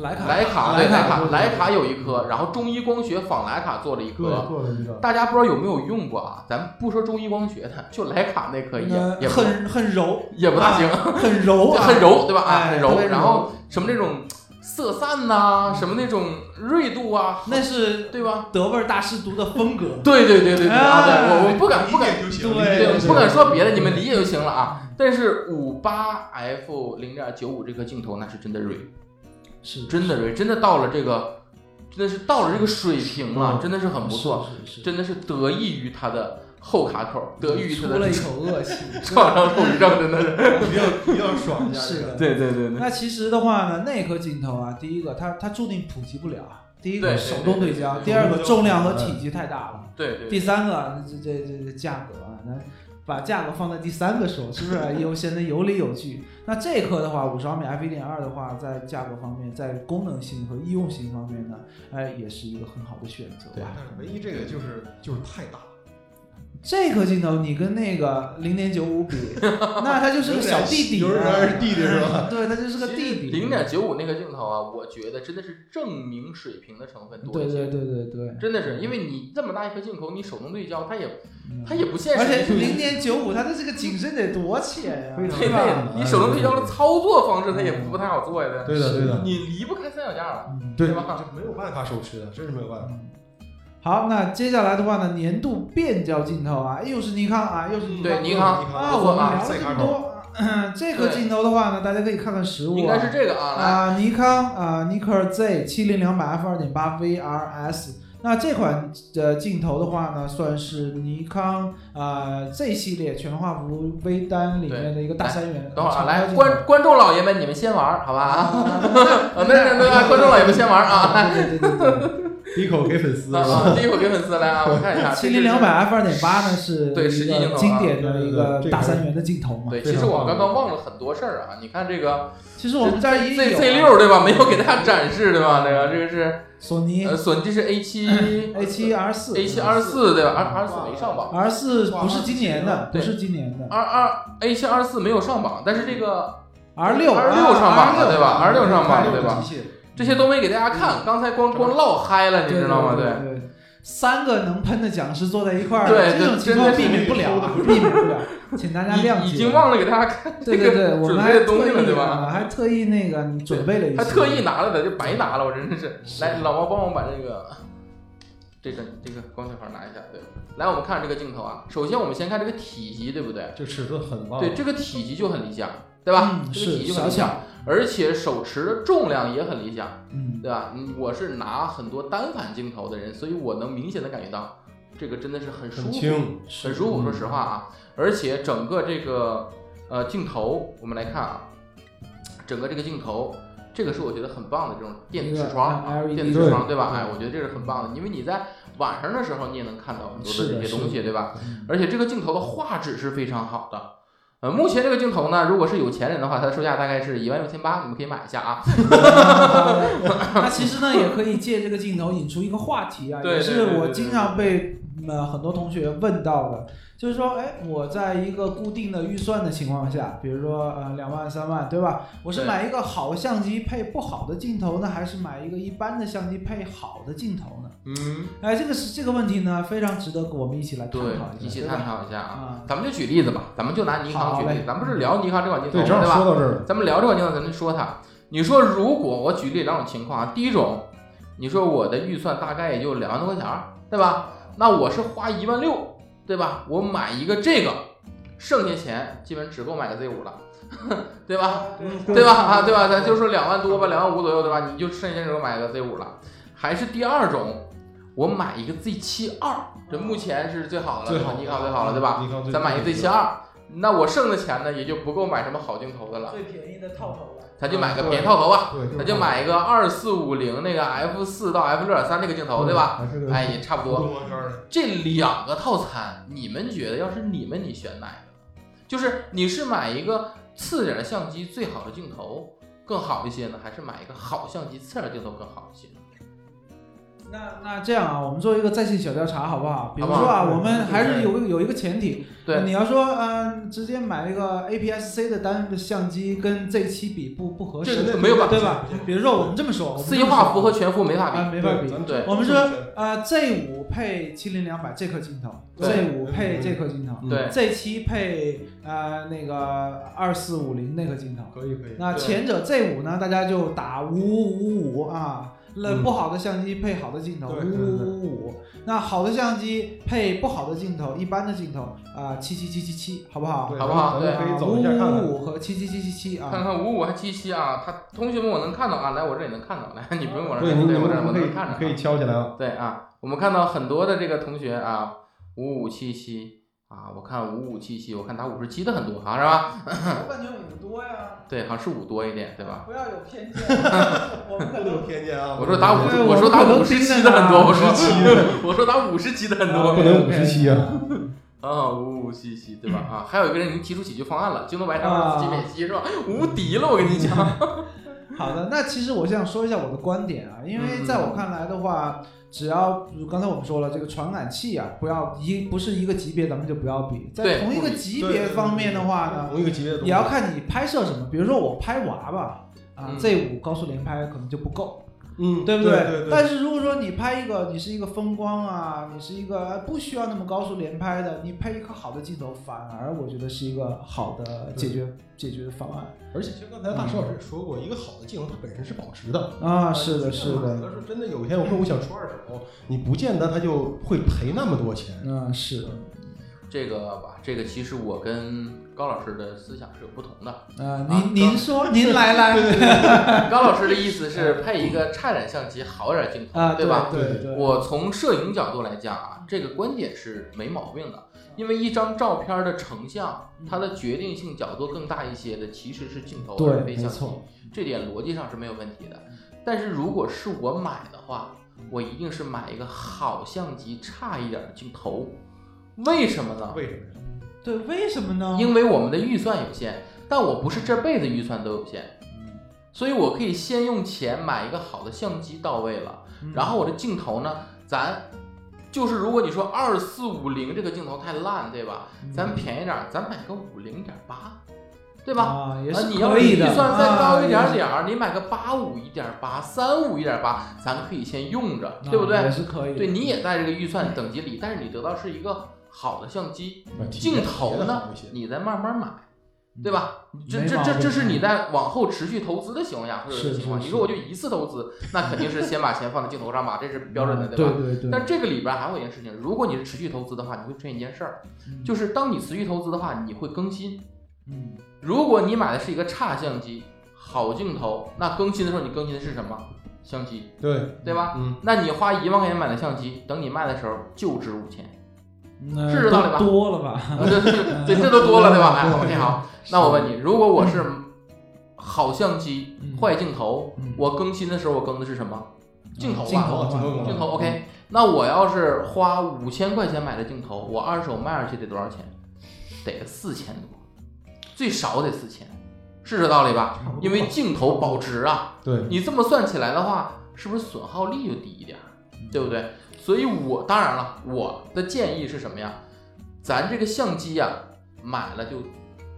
莱卡，
莱卡对
莱卡
莱卡
对对对
莱卡有一颗，然后中医光学仿莱卡做了一
对
颗。
做了一个，
大家不知道有没有用过啊？咱不说中医光学的，就莱卡那颗也
那
也不
很很柔，
也不大行，
很柔
就
啊，
很柔，对吧？啊，
哎
很
特
柔
别。
然后什么这种色散呐，什么那种锐度啊，
那是
对吧？
德味儿大师读的风格。
对对对对对啊！
哎
对，我我不敢不敢
理解就行，
对
理解就
对，
行
不敢说别的，你们理解就行了啊。但是五八 f 零点九五这颗镜头那是真的锐，
是
真的锐，真的到了这个，真的是到了这个水平了，真的是很不错，，
是是
真的嗯是得益于它的后卡口，得益于
出
它
了
的
一口恶气，
创伤后遗症，真的是。
一定要一定要爽一下。
是的。
对对对对
那其实的话呢，那颗镜头啊，第一个它它注定普及不了，啊第一个
对
手动对焦，
对对对嗯
第二个重量和体积太大了，
对对
第三个这这这这价格啊，那把价格放在第三个说，是不是有显得有理有据？那这一颗的话，五十毫米 f 一点二的话，在价格方面，在功能性和易用性方面呢，哎，也是一个很好的选择
对
吧。
但是唯一这个就是就是太大，
这颗镜头你跟那个零点九五比，那它就是个小弟弟、
有点有
啊
点，弟弟 是吧？
对，它就是个弟弟。
零点九五那个镜头啊，我觉得真的是证明水平的成分多
对
一
对
些，
对对对，
真的是因为你这么大一颗镜头，你手动对焦，它也
嗯
它也不现
而
实，
且零点九五，它的这个景深得多浅呀、
非常
对
大
吧？
对，你手动对焦的操作方式它也不太好做呀，
对的对的，
你离不开三脚架了，
嗯
对
对吧？
这没有办法手持的，真是没有办法。
好，那接下来的话呢，年度变焦镜头啊，又是尼康啊，又是尼康
对尼康
啊，
不
我
错
们
啊
聊了这么多，嗯这个镜头的话呢，大家可以看看实物、啊，
应该是这个啊，来，
啊，尼康啊，尼克 Z 七零两百 f 二点八 VRS。那这款呃镜头的话呢，算是尼康啊 Z 系列全画幅微单里面的一个大三元。
等会儿啊，
长
来
焦镜头
观观众老爷们，你们先玩儿好吧？啊， 啊，没事没事，观众老爷们先玩儿啊。
啊，对对对对对。
第一口给粉丝
啊，啊第一口给粉丝来啊，我看一下。
七零两百 f 二点八呢是
对实际镜
一
头
个
啊
经典的一
对对
个
对
大三元的镜头嘛。
对，其实我刚刚忘了很多事儿啊。你看这个
其实我们这儿也
Z
有
Z 六对吧？没有给大家展示对吧？这个这个是
索尼
呃，索尼这是 A 七
A 七 R 四
A 七 R 四对吧？R R 四没上榜
R 四不是今年的，不
对
是今年的
，R R A 七 R 四没有上榜，但是这个
R 六
R 六啊上榜了对吧？R 六上榜了对吧？？这些都没给大家看，刚才光光唠嗨了，你知道吗？
对
对，
对。三个能喷的讲师坐在一块儿，
对
这种情况
对
避
真的
免不了啊， 避免不了，请大家谅解。
已已经忘了给大家看，
对对 对，我
准
们
备
还
的东西
特
了
意
对吧
啊还特意那个准备了一些，
还特意拿来的，就白拿了，我真的是。来，老王帮我把这个这个这个光圈盘拿一下，对。来，我们看这个镜头啊，首先我们先看这个体积，对不对？
这尺寸很棒，
对，这个体积就很理想，对吧？
哦嗯
这个体
是
积就很
小
理想，
巧，
而且手持的重量也很理想，
嗯，
对吧？嗯我是拿很多单反镜头的人，所以我能明显的感觉到，这个真的是很舒
很
服，
轻，
很舒服。说实话啊，而且整个这个呃镜头，我们来看啊，整个这个镜头，这个是我觉得很棒的这种电子
一个
视窗，
啊
电子
，LED
视窗对吧？
对
哎，我觉得这是很棒的，因为你在晚上的时候你也能看到很多
是
的
的
这些东
是
西，对吧
嗯？
而且这个镜头的画质是非常好的。呃，目前这个镜头呢，如果是有钱人的话，它的售价大概是一万六千八，你们可以买一下啊。
那其实呢，也可以借这个镜头引出一个话题啊，
对
也
对对对
是我
对
经常被呃很多同学问到的，就是说，哎，我在一个固定的预算的情况下，比如说呃两万三万，对吧？我是
对
买一个好相机配不好的镜头呢，还是买一个一般的相机配好的镜头呢？
嗯，
哎，这个是这个问题呢，非常值得我们一起来探
对
讨，
一
一下，
起
对
探
吧？
讨一下啊。
嗯
啊，
咱们就举例子吧，咱们就拿尼康
好
举例
嘞，
咱们不是聊尼康这款镜头
对，
嘛，
正
对
好
吧？
说到这儿了，
咱们聊这款镜头，咱就说它。你说如果我举例两种情况啊，第一种，你说我的预算大概也就两万多块钱儿，对吧？那我是花一万六，对吧？我买一个这个，剩下钱基本只够买个 Z 五了， 对吧？
对
对吧？啊，对吧？咱就说两万多吧，两万五左右，对吧？你就剩下只够买个 Z 五了。还是第二种，我买一个 Z 七二，这目前是最好的，
最好嗯
尼康最好了，对吧？啊
尼康最
咱买一个 Z 七二，那我剩的钱呢，也就不够买什么好镜头的了，
最便宜的套头了。
咱就买个便宜套头吧，
对，
咱就买一个二四五零那个 F 四到 F 六点三那个镜头，对吧？？
还是个
哎，也差不多。
多圈的，
这两个套餐，你们觉得要是你们，你选哪个？就是你是买一个次点的相机最好的镜头更好一些呢，还是买一个好相机次点镜头更好一些？
那那这样啊，我们做一个在线小调查好不好？比如说啊，
好不好
我们还是有个有一个前提，
对
你要说嗯、直接买一个 APS-C 的单的相机跟这期比不不合
这
适，
个没有办法
对吧？比如说我们这么说，我们
四
这
一
么说
化幅和全幅没法
啊
比，
没法比，
对
我们说啊 Z 五配七零两百这颗镜头
对嗯
，Z 五配这颗镜头
对
，Z 七配呃那个二四五零那颗镜头。
可以可以，
那
对
前者 Z 五呢，大家就打五五五啊，那
嗯
不好的相机配好的镜头，
对
嗯
五
对对
五五五。那好的相机配不好的镜头，一般的镜头啊，七七七七七，好不好？啊
对
好不好啊哦
咱们可以走一下看看
五。五五和七七七七七
看
嗯
啊，
看五五还七七啊，他同学们我能看到啊，来我这里能看到，来你不用往这
对，
儿
你你
看，对
们
我
你
这儿
们
我
可
能
以
看着啊，
可以敲起来啊。
对啊，我们看到很多的这个同学啊，五五七七啊，我看五五七七，我看打五十七的很多，好像是吧？
我感觉五多呀，
对，好像是五多一点，对吧？
不要有偏见，啊我们可
这有
能
偏见啊！
我说打五
对
十，
我
我说打
们可能
五十
盯着
七的很多，
呢
我说
57
我说打五十七的很
啊
不
多
能57啊！
啊，五五七七对吧？啊，还有一个人已经提出解决方案了，京东白
啊
上七美七是吧？无敌了，我跟你讲。
好的，那其实我想说一下我的观点啊，因为在我看来的话，只要刚才我们说了这个传感器啊，不要一不是一个级别，咱们就不要比。在
对
同一个级别方面的话呢，
同一个级别的东西
也要看你拍摄什么。比如说我拍娃娃啊
嗯
，Z 五高速连拍可能就不够，
嗯，
对不
对？
但是如果说你拍一个，你是一个风光啊，你是一个不需要那么高速连拍的，你配一颗好的镜头，反而我觉得是一个好的解决解决方案
而且其实刚才大石老师也说过，一个好的镜头它本身是保值的。
啊。是的，是的，
要是真的有一天我说我想出二手，你不见得他就会赔那么多钱。
嗯，是
这个吧，这个其实我跟高老师的思想是有不同的。
啊，
啊
您您说， 您来来
高老师的意思是配一个差点相机好点镜头，
啊，
对吧？
对对，
我从摄影角度来讲啊，这个观点是没毛病的，
嗯
因为一张照片的成像，它的决定性角度更大一些的其实是镜头
对
而
没
非相机
错，嗯
这点逻辑上是没有问题的。但是如果是我买的话，我一定是买一个好相机差一点的镜头，为什么呢？
为什么呀？
对，为什么呢？
因为我们的预算有限，但我不是这辈子预算都有限，
嗯
所以我可以先用钱买一个好的相机到位了。
嗯
然后我的镜头呢，咱就是如果你说二四五零这个镜头太烂，对吧？
嗯
咱便宜点儿，咱买个五零点八，对吧？
啊，也
啊，
是
你要
可
是
以
预
的，
算再高一
啊
点点儿，你买个八五一点八、三五一点八，咱可以先用着，对不
啊也
对？
是可以的，
对，你也在这个预算等级里，但是你得到是一个好的相机，
把体验
镜头
体验
呢
好一些，
你再慢慢买，对吧？这
没
这
毛
这
病啊
这是你在往后持续投资的啊情况下会有
是
的情况。
是
你说我就一次投资，那肯定是先把钱放在镜头上吧，这是标准的，
对
对吧？
嗯对对，
但这个里边还有一件事情，如果你是持续投资的话，你会出现一件事儿，
嗯
就是当你持续投资的话，你会更新。
嗯
如果你买的是一个差相机，好镜头，那更新的时候你更新的是什么？相机，
对，
对吧？
嗯，
那你花一万块钱买的相机，等你卖的时候就值五千，
那
是这道理
嗯
吧
都多了吧？
啊对对对，这都多了对吧？哎，
对
好，你好，那我问你，如果我是好相机、
嗯
坏镜头，
嗯
我更新的时候我更的是什么？ 镜头吧，啊
镜头
镜头
吧嗯
镜头 OK，那我要是花五千块钱买的镜头，我二手卖出去得多少钱？得个四千多，最少得四千，是这道理吧？
差不多
因为镜头保值啊，
对，
你这么算起来的话，是不是损耗率就低一点儿，对不对？所以我当然了，我的建议是什么呀？咱这个相机呀、买了就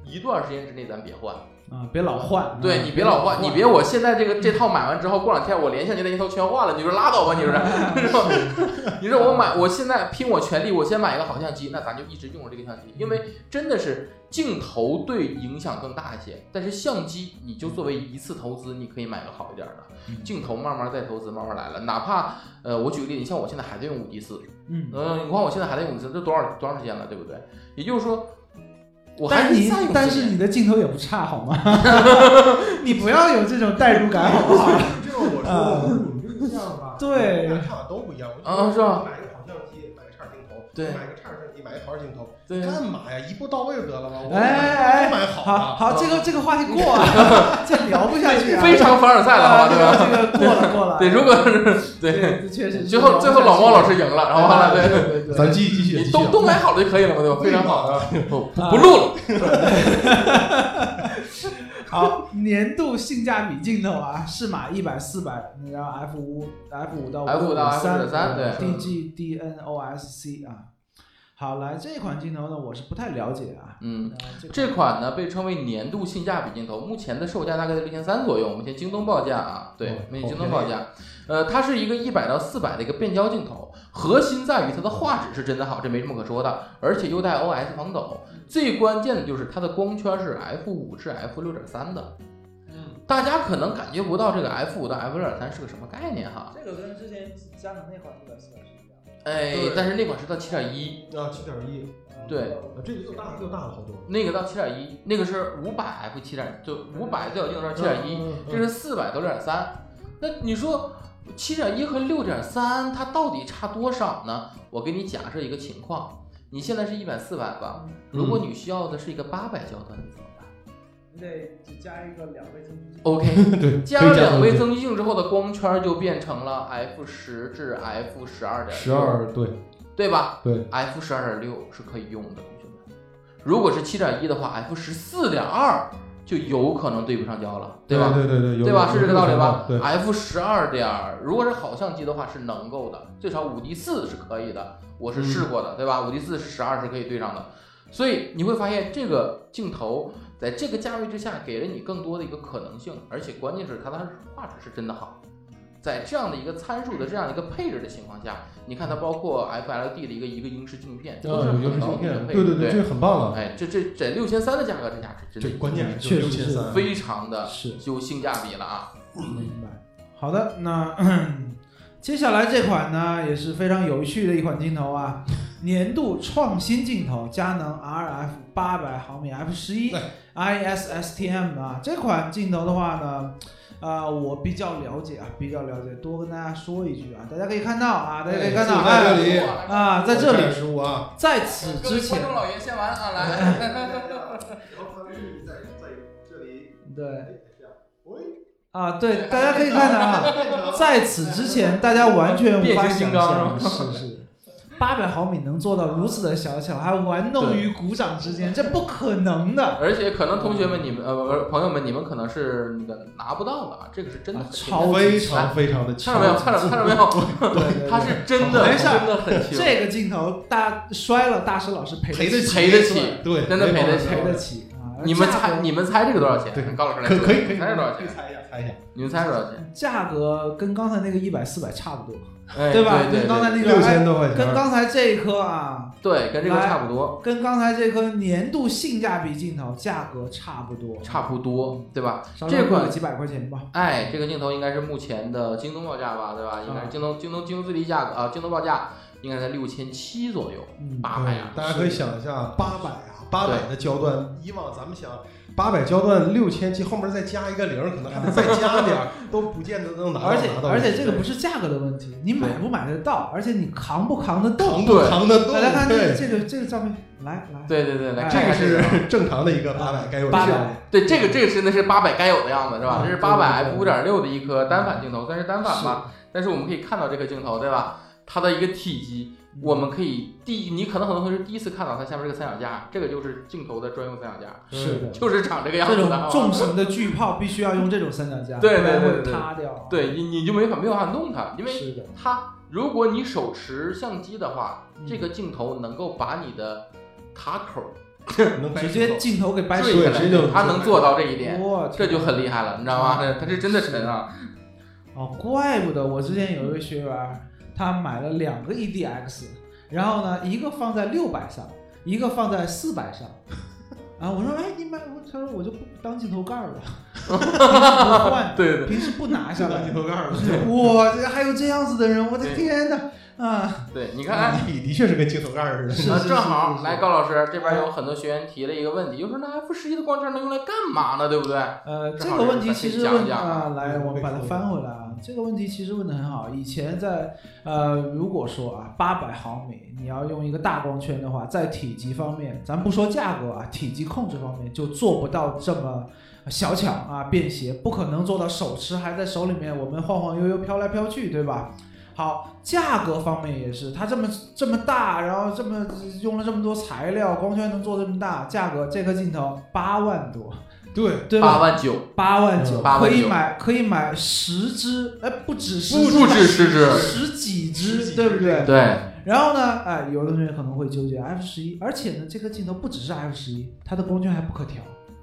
一段时间之内咱别换，
啊，别老换，
对
啊
你别老换，你别我现在这个这套买完之后，过两天我连相机的那套全换了，你说拉倒吧，你说 是，是吧？你说我买，我现在拼我全力，我先买一个好相机，那咱就一直用着这个相机，因为真的是镜头对影响更大一些，但是相机你就作为一次投资，你可以买个好一点的，
嗯
镜头慢慢再投资，慢慢来了，哪怕呃，我举个例子，你像我现在还在用五 D 四，
嗯。
嗯，你看我现在还在用五 D 四，这多少多长时间了，对不对？也就是说，我还
但
是
你
在用
但
这
是
个
你的镜头也不差好 吗？你不要有这种代入感好不 好？
啊这种我说，我说你们这个像吧，
嗯对
我们俩看法都不一样。我就
啊是吧
买一个好相机，买个差镜头，
对
买个叉儿相机，买一桃儿镜头，
对，
干嘛呀？一步到位不得了吗？我
哎哎
买好了。
好好，这个这个话题过 啊，这聊不下去啊，
非常凡尔赛了，好吧，对吧？
吧？这个过了过了，
对，如果是对，
对，确实
最后最后老猫老师赢了，然后完了，对，
对对
咱
对，
继续继续，继
你
续
都都买好了就可以了嘛，对吧？非常好，
啊！
不不录了，
好，年度性价比镜头啊，适马一百、四百，然后 F 五、F 五到
F5 到
三
F53 对
DGDNOSC 啊。好，来这款镜头呢，我是不太了解啊。
嗯。
呃这
这款呢被称为年度性价比镜头，目前的售价大概在六千三左右，我们先京东报价啊，对
哦，
没
好
京
便
东
宜
报价。呃，它是一个一百到四百的一个变焦镜头，核心在于它的画质是真的好，这没什么可说的，而且又带 OS 防抖，最关键的就是它的光圈是 f 五至 f 六点三的，
嗯，
大家可能感觉不到这个 f 五到 f 六点三是个什么概念哈，
这个跟之前佳能那款六点四是一样的。
哎
对，
但是那款是到七点一，
啊，七点一，
对
啊这个又大又大了好多。
那个到七点一，那个是五百 f 七点，就五百最小镜头是七点一，
嗯
这是四百到六点三，那你说七点一和六点三它到底差多少呢？我给你假设一个情况，你现在是一百四百
嗯
吧，
嗯
如果你需要的是一个八百焦段，你怎么 办
你得只加一个两倍增距。
？OK，
对，
加
可以
了两倍
增
增镜之后的光圈就变成了 f 十至 f 十二点
十，二，对
对吧
对，
？f 十二点六是可以用的，同学们。如果是七点一的话，f 十四点二就有可能对不上焦了，对吧？
对对对，有
对吧？是这个道理吧啊
对，
？F 十二点儿，如果是好相机的话是能够的，最少五 D 四是可以的，我是
嗯
试过的，对吧？五 D 四十二是可以对上的，所以你会发现这个镜头在这个价位之下给了你更多的一个可能性，而且关键是它的画质是真的好。在这样的一个参数的这样一个配置的情况下，你看它包括 FLD 的一个一个英式镜片，这都是
啊，有优
很
势
高
芯
级的
片，
配
对
置。
对对，这个很棒了。
哎，这这在六千三的价格之下，这
这
真的
关键是
确
六
实
千
是
三，
非常的
是
有性价比了啊！
明白。好的，那 接下来这款呢也是非常有趣的一款镜头 啊，年度创新镜头，佳能 RF 八百毫米 f 十一
对
ISSTM 啊，这款镜头的话呢。啊、我比较了解啊，比较了解，多跟大家说一句啊，大家可以看到啊，大家可以看到，
哎
哎
在这里
啊，在这里，
十五啊，
在此之前，
老爷先玩啊，来，
然后他们在在这里，
对
哎，这样，喂，
啊，对，大家可以看到啊，在此之前，大家完全无法想象，是是，八百毫米能做到如此的小巧，还玩弄于鼓掌之间，这不可能的，
而且可能同学们你们呃不是朋友们你们可能是那个拿不到的啊，这个是真的
啊
很轻
超
非
级强。
常非常的
看到没有？看到看到没有？
对
它是真的，
没事儿
真的很轻，
这个镜头，大摔了，大师老师赔
赔
得
得起
赔得起。
对，
真的赔得起
赔得起啊！
你们
价
猜，
格
你们猜这个多少钱？
对
高老师来
可
说，
可以可以，
你们猜这多少
可以
钱？
猜一下，猜一下，
你们猜多少钱？
价格跟刚才那个一百四百差不多，
哎，
对
对
吧？
对
跟刚才
对，
那
六
个，哎
千多块钱，
跟刚才这一颗啊，
对，跟这个差不多，
跟刚才这颗年度性价比镜头价格差不多，
差不多，对吧？
稍微
这款
贵个几百块钱吧。
哎，这个镜头应该是目前的京东报价吧，对吧？应该是京东京东京东最低价格啊，京东报价应该在六千七左右，
嗯，
八百啊，
大家可以想一下，八百啊，八百
对
的焦段，以往咱们想八百焦段六千七，后面再加一个零，可能还得再加点儿，都不见得能拿到。
而且
拿到
而且这个不是价格的问题，你买不买得到，而且你扛不扛得动
扛。不扛得动？
大家看这个
对，
这个这个照片，来来，
对对对，来
哎
这
看看
个
这个
是正常的一个八百该有的
八
样
百，
对，这个这个真的是八百该有的样子是吧？这是
嗯
八百
对
f 五点六的一颗单反镜头，算是单反
是
吧。但是我们可以看到这个镜头，对吧？它的一个体积，
嗯
我们可以第一你可能很多同学是第一次看到它下面这个三脚架，这个就是镜头的专用三脚架，
是
嗯
的，
就是长这个样
这
子
种
的。啊
重型的巨炮必须要用这种三脚架，
对对
不然
对
会
对
塌掉。啊
对你你就没法没有办法弄它，因为
是的，
它如果你手持相机的话，
嗯
这个镜头能够把你的卡口
嗯
能
直接镜头给掰
坠
碎
下
对直接就
来，它能做到这嗯一点，
我
这就
天
很厉害了，你知道吗？它是真的沉啊！
哦，怪不得我之前有一个学员，他买了两个 EDX，然后呢，一个放在六百上，一个放在四百上。啊，我说，哎，你买，我他说我就不当镜头盖儿了，不换，
对对对
平时不拿下
下来
来
镜。头盖儿了。
哇，这还有这样子的人，我的天哪！啊，
对，你看，哎
看，你的确是跟镜头盖儿似
是
啊，
是
正好
是
来高老师这边有很多学员提了一个问题，就说那 F 十一的光圈能用来干嘛呢？对不对？
呃，这
正好
个问
咱
题
可以
其实
讲
问
讲啊
啊，来，我们把它翻回来啊。这个问题其实问的很好。以前在呃，如果说啊，八百毫米你要用一个大光圈的话，在体积方面，咱不说价格啊，体积控制方面就做不到这么小巧啊便携，不可能做到手持还在手里面，我们晃晃悠悠飘来飘去，对吧？好，价格方面也是，它这么这么大，然后这么用了这么多材料，光圈能做这么大，价格这颗镜头八万多，
对，
对吧？
八万九，
八万九，
嗯八万
可
九
以买可以买十只，哎，不止十只，
不止十只，
十几
十几
只，
只
对不对？
对，
然后呢，哎，有的同学可能会纠结 F 十一，而且呢，这颗镜头不只是 F 十一，它的光圈还不可调，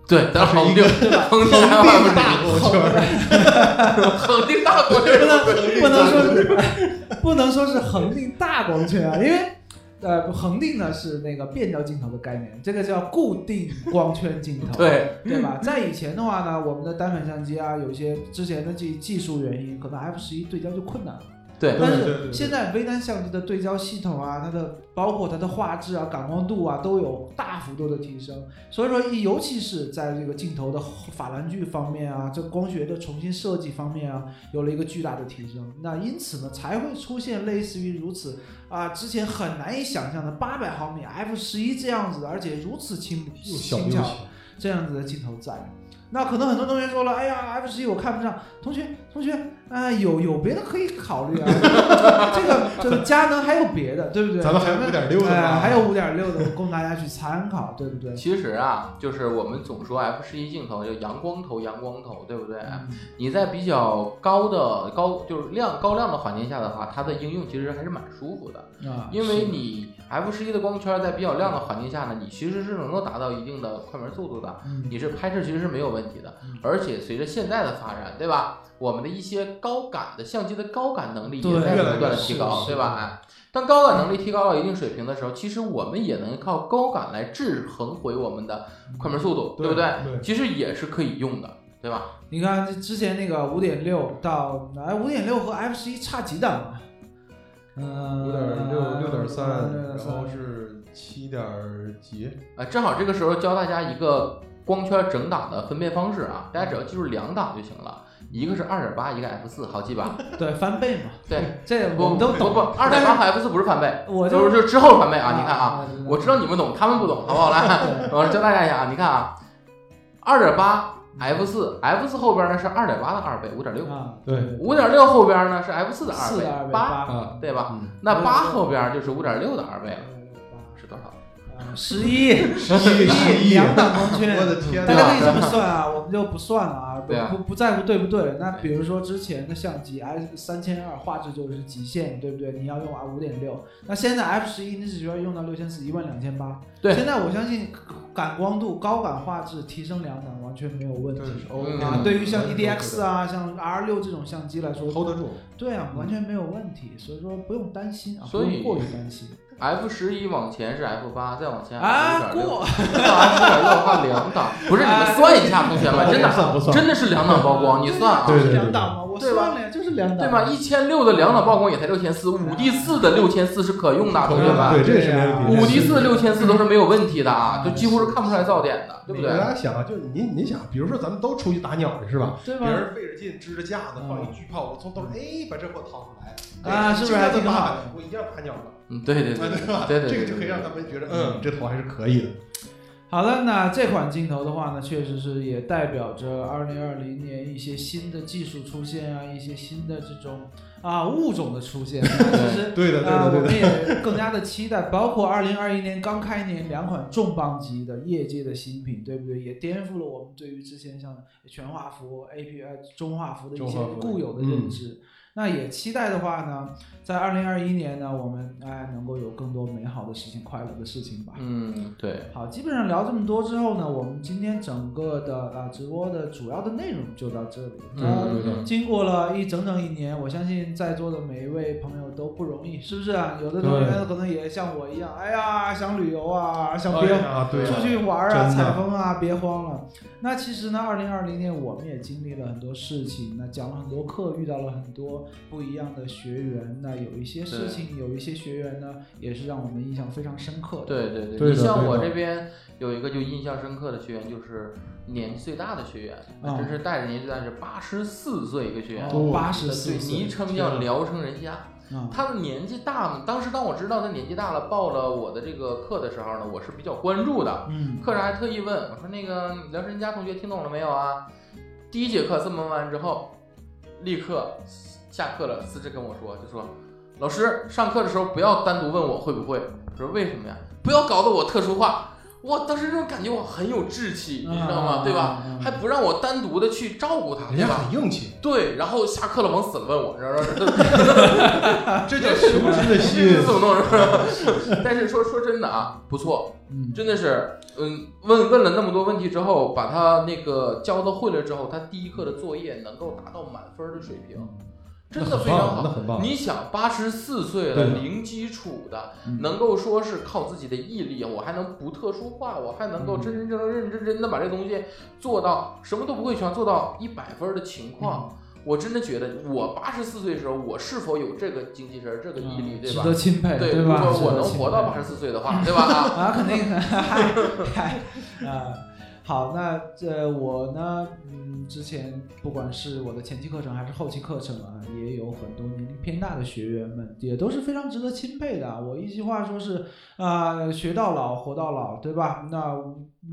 对，但恒定
对吧？
恒定
恒
还
定
万
大光圈，
恒定大国
不能
人，
不能说是哎不能说是恒定大光圈啊，因为。呃，恒定呢是那个变焦镜头的概念，这个叫固定光圈镜头。
对，
对吧？在以前的话呢，我们的单反相机啊，有一些之前的技技术原因，可能 F 十一对焦就困难了。
对
但
对对对
是
对
现在微单相机的对焦系统啊，它的包括它的画质啊、感光度啊，都有大幅度的提升。所以说，尤其是在这个镜头的法兰距方面啊，这光学的重新设计方面啊，有了一个巨大的提升。那因此呢，才会出现类似于如此啊，之前很难以想象的八百毫米 F 十一这样子，而且如此轻
又小
轻
又
巧
小。
这样子的镜头在。那可能很多同学说了，哎呀，F 十一我看不上。同学，同学，啊、有有别的可以考虑啊。 这个这个佳能还有别的，对不对？
咱们还有5.6的
哎
吧
还有五点六的供大家去参考，对不对？
其实啊，就是我们总说 F 十一镜头叫阳光头，阳光头，对不对？
嗯
你在比较高的高就是亮高亮的环境下的话，它的应用其实还是蛮舒服的，
嗯啊，
因为
是
你 F 十一的光圈在比较亮的环境下呢，你其实是能够达到一定的快门速度的，
嗯
你是拍摄其实是没有问题的
嗯。
而且随着现在的发展，对吧？我们的一些高感的相机的高感能力也
对
在
越来
不断
越
的提
是
高，
是
对吧？哎，当高感能力提高到一定水平的时候，其实我们也能靠高感来制衡回我们的快门速度，对不对？
对，
其实也是可以用的，对吧？
你看这之前那个五点六到哎五点六和 F 十一差几档啊？嗯，
五点六六点三，
6.3
然后是七点几，
啊，正好这个时候教大家一个光圈整档的分辨方式啊，大家只要记住两档就行了，一个是二点八，一个 F 四，好记吧？
对翻倍嘛，
对，
这
不
我们都
不
懂。
不，二点八和 F 四不是翻倍，
我就
都
是
之后翻倍啊！你看啊，，
对
我知道你们懂，他们不懂，好不好？来，
对
我教大家一下啊，你看啊，二点八 F 四，F 四后边呢是二点八的二倍，五点六，
啊，
对
五点六后边呢是 F 四的二
四的二
倍，
倍
八，
啊，
对吧？
嗯，
那八后边就是五点六的二倍啊了，
八
是多少？
十一，
十一十一，
两档光圈
我。的天
大
对
家
呐，
吧
可以这么算啊，我们就不算了啊，
对啊
不不不在乎对不对。那比如说之前的相机 i 三千二画质就是极限，对不对？你要用 i 五点六，那现在 F 十一你只需要用到六千四、一万两千八。
对
现在我相信感光度、高感画质提升两档完全没有问题
对是 OK
嗯
的
啊。对于像
嗯
EDX 啊、像 R 六这种相机来说，
hold 得住，
对啊，完全没有问题，所以说不用担心啊，
嗯所以
不用过于担心
F 十一往前是 F 八，再往前 F
啊。
五点六
过，啊
，F 五点六画两 档，不是你们算一下，同学们，真
不
的
算不算，
真的是两档曝光，你算啊
对，
对对对
两档嘛，我
对
算
吧
了呀，就是两档，
对吧？一千六的两档曝光也才六千四，五 D 四的六千四是可用的，同学们。
对，这个是没
啊
问题。
五 D 四六千四都是没有问题的啊，
嗯
就几乎是看不出来噪点的，对不
大
对？
家想啊，就是您您想，比如说咱们都出去打鸟去是吧？
对
别
吧？嗯
人费着劲支着架子放一巨炮，我从兜里哎把这货掏出来，哎
啊是不是还
这
挺好
我一样打鸟了，
嗯，对对对
对吧？
对对，
这
对
个就可以让他们觉得，嗯，这头还是可以的。
好的，那这款镜头的话呢，确实是也代表着二零二零年一些新的技术出现啊，一些新的这种啊物种的出 现。那其实
对的，对
啊，
的，
我
对的
们。也更加的期待， 包括二零二一年刚开年两款重磅级的业界的新品，对不对？也颠覆了我们对于之前像全画幅、A P 呃中画幅的一些
中画幅嗯
固有的认知。那也期待的话呢，在二零二一年呢，我们哎能够有更多美好的事情、快乐的事情吧。
嗯，对，
好，基本上聊这么多之后呢，我们今天整个的啊、呃直播的主要的内容就到这里。
嗯
经过了一整整一年，我相信信在座的每一位朋友都不容易，是不是啊？有的同学可能也像我一样，哎呀，想旅游啊，想别
啊，对
出
啊，
去玩啊，
真的
采风啊，别慌了。那其实呢，二零二零年我们也经历了很多事情，那讲了很多课，遇到了很多不一样的学员。那有一些事情，有一些学员呢，也是让我们印象非常深刻的。
对对对，
对
你
的
像
对
我
的
这边有一个就印象深刻的学员，就是年纪最大的学员，
啊
真是带着年纪最大是八十四岁一个学员，
哦，八十四
对，昵
岁，
称
天
叫
啊
聊城人家。
嗯
他的年纪大嘛，当时当我知道他年纪大了报了我的这个课的时候呢，我是比较关注的。
嗯
课上还特意问我说：“那个聊神家同学听懂了没有啊？”第一节课这么问完之后，立刻下课了，辞职跟我说，就说：“老师，上课的时候不要单独问我会不会。”我说：“为什么呀？不要搞得我特殊化。”我当时这种感觉我很有志气，你知道吗？对吧？？
嗯嗯嗯
还不让我单独的去照顾他，
人
对
家
吧？
很硬气，
对，然后下课了往死了问我，然后这
啊
这叫雄狮的心
这。怎么弄？是吧？但是说说真的啊，不错，
嗯
真的是，嗯，问问了那么多问题之后，把他那个教的会了之后，他第一课的作业能够达到满分的水
嗯
平，真的非常
那
好。
很棒，
你想，八十四岁
对
了，零基础的，
嗯
能够说是靠自己的毅力，我还能不特殊化，我还能够真真正正、认认真真的把这东西做到什么都不会全做到一百分的情况。我真的觉得，我八十四岁的时候，我是否有这个精气神儿、这个毅力，对
嗯值
吧？
得钦佩，
对，
对
如
吧？
果
值
我
得
能
钦
活到
佩
八十四岁的话，对吧？啊，
啊，肯定，啊，好，那这我呢，嗯，之前不管是我的前期课程还是后期课程啊，也有很多年龄偏大的学员们，也都是非常值得钦佩的啊。我一句话说是啊、学到老，活到老，对吧？那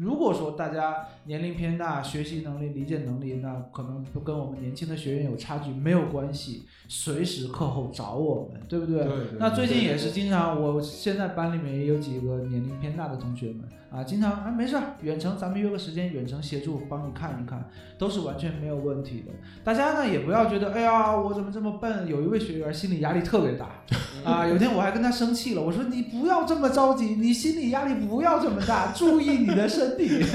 如果说大家年龄偏大，学习能力、理解能力，那可能不跟我们年轻的学员有差距，没有关系，随时课后找我们，对不对？那最近也是经常，我现在班里面也有几个年龄偏大的同学们啊，经常啊没事儿，远程咱们约个时间，远程协助帮你看一看，都是完全没有问题的。大家呢也不要觉得，哎呀，我怎么这么笨？有一位学员心理压力特别大啊，有天我还跟他生气了，我说你不要这么着急，你心理压力不要这么大，注意你的身体。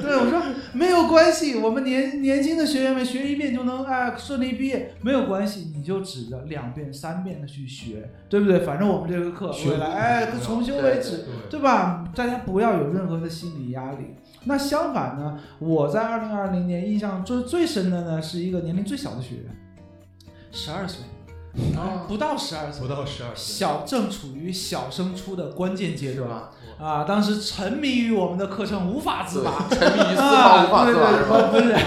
对，我说没有关系，我们年年轻的学员们学一遍就能哎顺利毕业，没有关系，你就指着两遍、三遍的去学，对不对？反正我们这个课
学
未来哎重修为止，
对
对吧？大家不要有任何的心理压力。那相反呢，我在二零二零年印象最最深的呢，是一个年龄最小的学员，十二岁，
啊
不到十二岁
不，到十二岁，
小正处于小升初的关键阶
是
段。
吧？
啊，当时沉迷于我们的课程无法自拔，啊
对 沉迷于丝袜无法
对
自拔是吧？
对，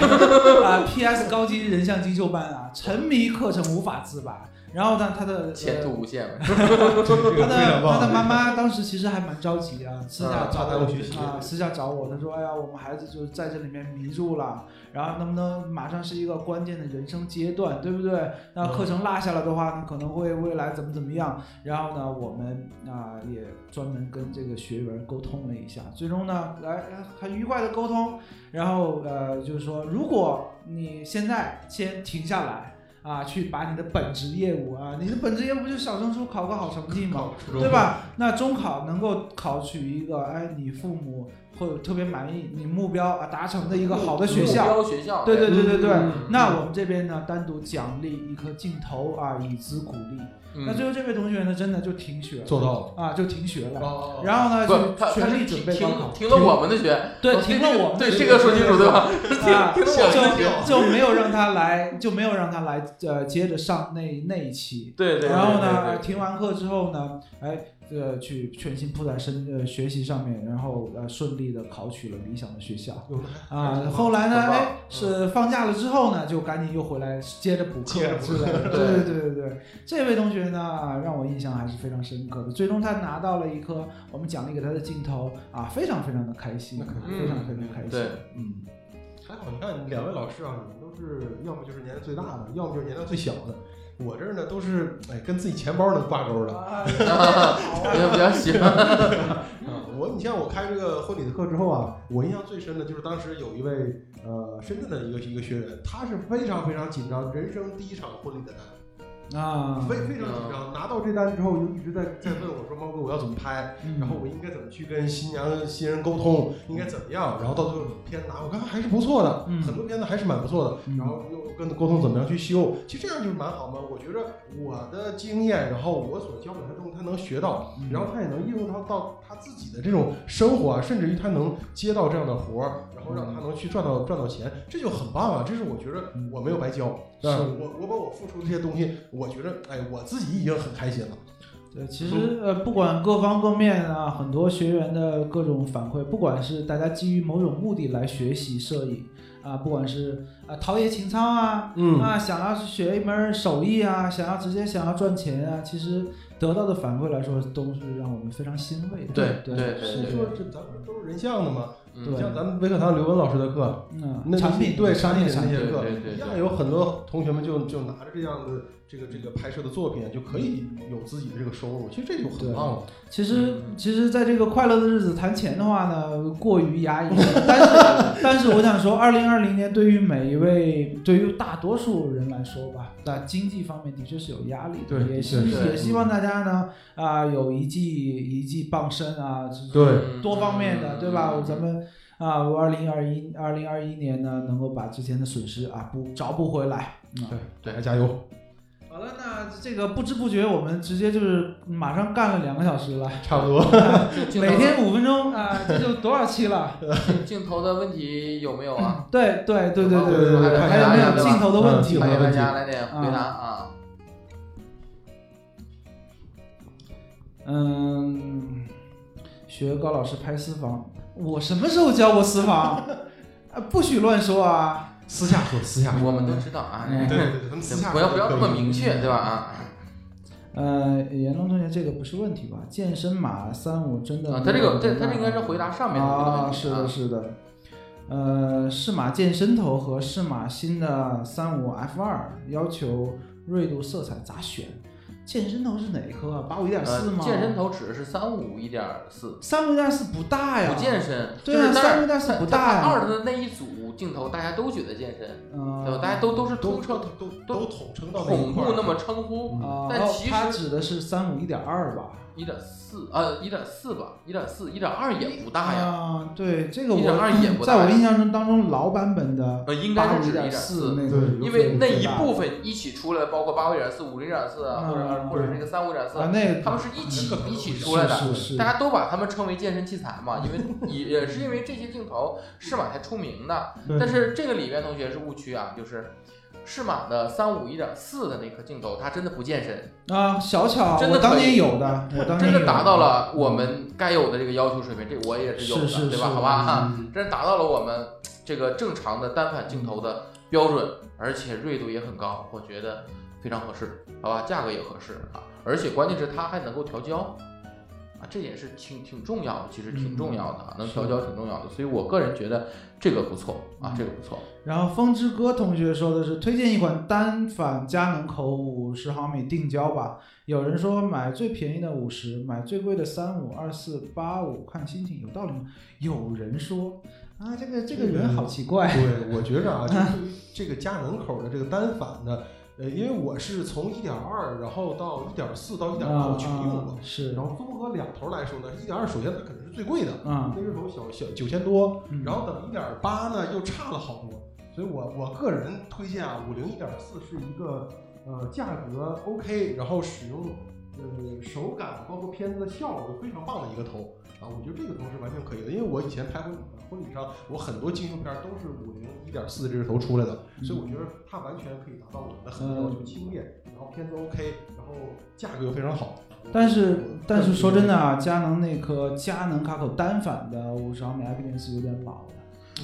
不是啊，PS 高级人像精修班啊，沉迷课程无法自拔。然后呢，他的呃
前途无限嘛，
这个非
他的
常
他的
棒。
妈妈当时其实还蛮着急啊，私下
啊
找
怕耽误学习
我啊，私下找我，她说：“哎呀，我们孩子就是在这里面迷住了，然后能不能马上是一个关键的人生阶段，对不对？那课程落下了的话，那可能会未来怎么怎么样。然后呢，我们啊、也专门跟这个学员沟通了一下，最终呢，来哎很愉快的沟通，然后呃，就是说，如果你现在先停下来。”啊，去把你的本职业务啊，你的本职业务不就是小升初考个好成绩吗？
考初中
对？吧？那中考能够考取一个，哎，你父母会特别满意，你目标啊达成的一个好的学
目
校。
标学校，
对对对对对
嗯，
那我们这边呢，单独奖励一颗镜头啊，以资鼓励。
嗯
那最后这位同学呢，真的就停学了
做到了。
啊，就停学了。
哦
然后呢，
不，
就
他
全
他是
力准
停
备高考
停，停了我们的学，
对
哦
停了我们
对
的
这个
学
说清楚对吧？
啊，
停了我们的 学，
就就没有让他来，就没有让他来，呃，接着上那那一期。
对对。
然后
对
呢，
对
停完课之后呢，哎，呃，去全心扑在身呃学习上面，然后呃顺利的考取了理想的学校
有的
啊
还。挺
后来呢，
很
嗯
棒
哎，是放假了之后呢，就赶紧又回来接着补课
接着补
之类 的。
对
对对对对，这位同学呢，啊让我印象还是非常深刻的。最终他拿到了一颗我们奖励给他的镜头啊，非常非常的开心
那肯，
定
非常非常开心。
对，
嗯，
还好，你看两位老师啊，你们都是要么就是年龄最大的，要么就是年龄最小的。我这儿呢都是哎跟自己钱包能挂钩的。
啊，
我也比较喜欢，
啊，我你像我开这个婚礼的课之后啊，我印象最深的就是当时有一位呃深圳的一个一个学员，他是非常非常紧张，人生第一场婚礼的男人，
啊
非，非常紧张。拿到这单之后，就一直在在问我说：“猫哥，我要怎么拍？
嗯
然后我应该怎么去跟新娘新人沟通？应该怎么样？”然后到最后片拿，我看还是不错的，
嗯
很多片子还是蛮不错的。然后又跟沟通怎么样去修，其实这样就是蛮好嘛。我觉着我的经验，然后我所教给他的东西，他能学到，
嗯
然后他也能应用到到他自己的这种生活啊，甚至于他能接到这样的活儿，然后
嗯
让他能去赚到赚到钱，这就很棒啊！这是我觉着我没有白教，
是
啊我我把我付出的这些东西，我觉着哎，我自己已经很开心了。
对，其实呃，不管各方各面啊，很多学员的各种反馈，不管是大家基于某种目的来学习摄影啊，不管是啊陶冶情操啊，
嗯，
啊想要去学一门手艺啊，想要直接想要赚钱啊，其实得到的反馈来说，都是让我们非常欣慰的。
对
对
对对
所以
是
说
的，
这咱们都是人像的嘛，
嗯
对
像咱们微课堂刘文老师的课，
嗯，
那
产品
对
产
产
品
品的那
产品，
些课
对对对
一样有很多同学们就就拿着这样的这个这个拍摄的作品，就可以有自己的这个收入，其实这就很棒了。
其实其实，在这个快乐的日子谈钱的话呢，过于压抑。但是但是，我想说，二零二零年对于每一位，对于大多数人来说吧，那经济方面的确是有压力的。
对
也
的
希
确
是
也希望大家呢啊、有一技一技傍身啊，就是
对
嗯
多方面的，对吧？咱
们
们。啊，我二零二一二零二一年呢，能够把之前的损失啊补找补回来。嗯、
对，大家加 油！
好了，那这个不知不觉我们直接就是马上干了两个小时了。
差不多，
每天五分钟啊，这就多少期了？
镜头的问题有没有啊？
对对对对对
对
对，
对
还有没有嗯镜头的问题
对？
欢
对
迎
对
大家来点回答啊！
嗯，学高老师拍私房，我什么时候教过私房？啊，不许乱说啊！
私下说，私下说。
我们都知道啊，
嗯
对对对，咱们私下
不要不要那么
明。
明确，对吧？啊，
呃，袁龙同学，这个不是问题吧？健身码三五真的
啊
没有
他这个这
人
他这应该是
啊
回答上面的这个
啊，
问
是
题
的，
啊。
是的。呃，适马健身头和适马新的三五 F 二要求锐度、色彩咋选？健身头是哪一颗啊？八五一点四
呃
吗？
健身头指的是三五一点四，
三五一点四不大呀，
不健身。
对
就
啊，
是当然
三五一点四不大
它它
呀。
二的那一组镜头，大家都觉得健身，
嗯，
对吧？大家都都是
都
通
都
称
都
都
都统称到
恐
块
怖
儿
那么称呼
啊，
但
哦
其
它
实
指的是三五一点二吧？
一点四呃一点四吧，一点四一点二也不大呀，
啊，对，这个
一点
我
二也不大
在
呀
我印象中当中老版本的
呃应
八
该
五一
是指一
点
点
四
四。
那
对
个
有
就
因
是
为那
最
一
大
部分一起出来，包括八五点四、五零点四啊，或者
嗯
或者是这个三五点四
啊，，那个
他们是 一起一起出来的，
是是是
大家都把他们称为健身器材嘛，因为也也是因为这些镜头适马才出名的。
对
但是这个里边同学是误区啊，就是适马的三五一点四的那颗镜头，它真的不健身，
啊，小巧，
真的
我当
可以
年有的，我当年
真
有嗯
的达到了我们该有的这个要求水平，这我也是有的，
是是
对
是
吧？好吧哈，
嗯
真达到了我们这个正常的单反镜头的标准，而且锐度也很高，我觉得非常合适，好吧？价格也合适啊，而且关键是它还能够调焦。啊，这点是挺挺重要的，其实挺重要的
嗯
啊，能调焦挺重要的，所以我个人觉得这个不错
嗯
啊，这个不错。
然后风之歌同学说的是推荐一款单反佳能口五十毫米定焦吧，有人说买最便宜的五十，买最贵的三五二四八五，看心情，有道理吗？有人说啊，这个这个人好奇怪，
对，我觉着啊，就是
嗯
对于这个家门口的这个单反呢，呃，因为我是从一点二，然后到一点四到一点八，
啊
我全用过
啊。是
然后综合两头来说呢，一点二首先它肯定是最贵的，
啊，
那个时候小小九千多，
嗯
然后等一点八呢又差了好多，所以我我个人推荐啊，五零一点四是一个呃价格 OK，然后使用呃手感包括片子的效果非常棒的一个头啊，我觉得这个头是完全可以的，因为我以前拍婚礼嘛婚礼上我很多精修片儿都是五零一点四这个头出来的，
嗯
所以我觉得它完全可以达到我们的很多要求，轻便，然后片子 OK，然后价格又非常好。
但是但是说真的啊，佳能那颗佳能卡口单反的五十毫米 f 1 4有点老了，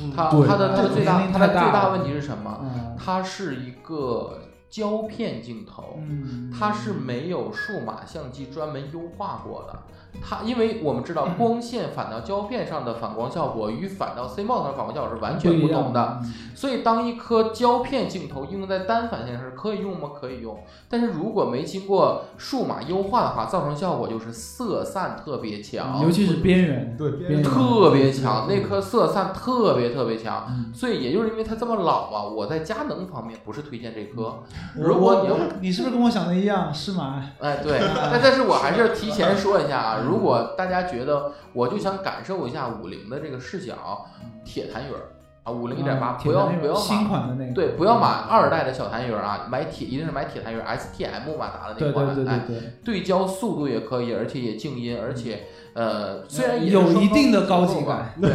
嗯，
它
对
它的它的最大
年龄
它
太
的最
大
大
了
问题是什么？
嗯
它是一个胶片镜头，
嗯，
它是没有数码相机专门优化过的，它因为我们知
嗯
道光线反到胶片上的反光效果与反到 CMOS 上的反光效果是完全不
不
同的。
的。
所以，当一颗胶片镜头应用在单反现上是可以用吗？可以用，但是如果没经过数码优化的话，造成效果就是色散特别强，
嗯尤其是边缘，
对，
边缘
特别强，那颗色散特别特别强。
嗯
所以，也就是因为它这么老嘛，我在佳能方面不是推荐这颗。
我
如果你要
嗯我你是不是跟我想的一样？是吗？
哎， 对，但但是我还是提前说一下啊，如果大家觉得我就想感受一下五菱的这个视角，铁弹云儿啊，五零一点八，
啊
不要
铁男那
不要
种新
买，
款的那个，
对，不要买二代的小弹云儿啊，买铁一定是买铁弹云儿 STM 马达的那
对
款，
对对
哎，
对对，
对焦速度也可以，而且也静音，而且呃，虽然也是
有
双
一定
高
的高级
速结构吧，
感，对，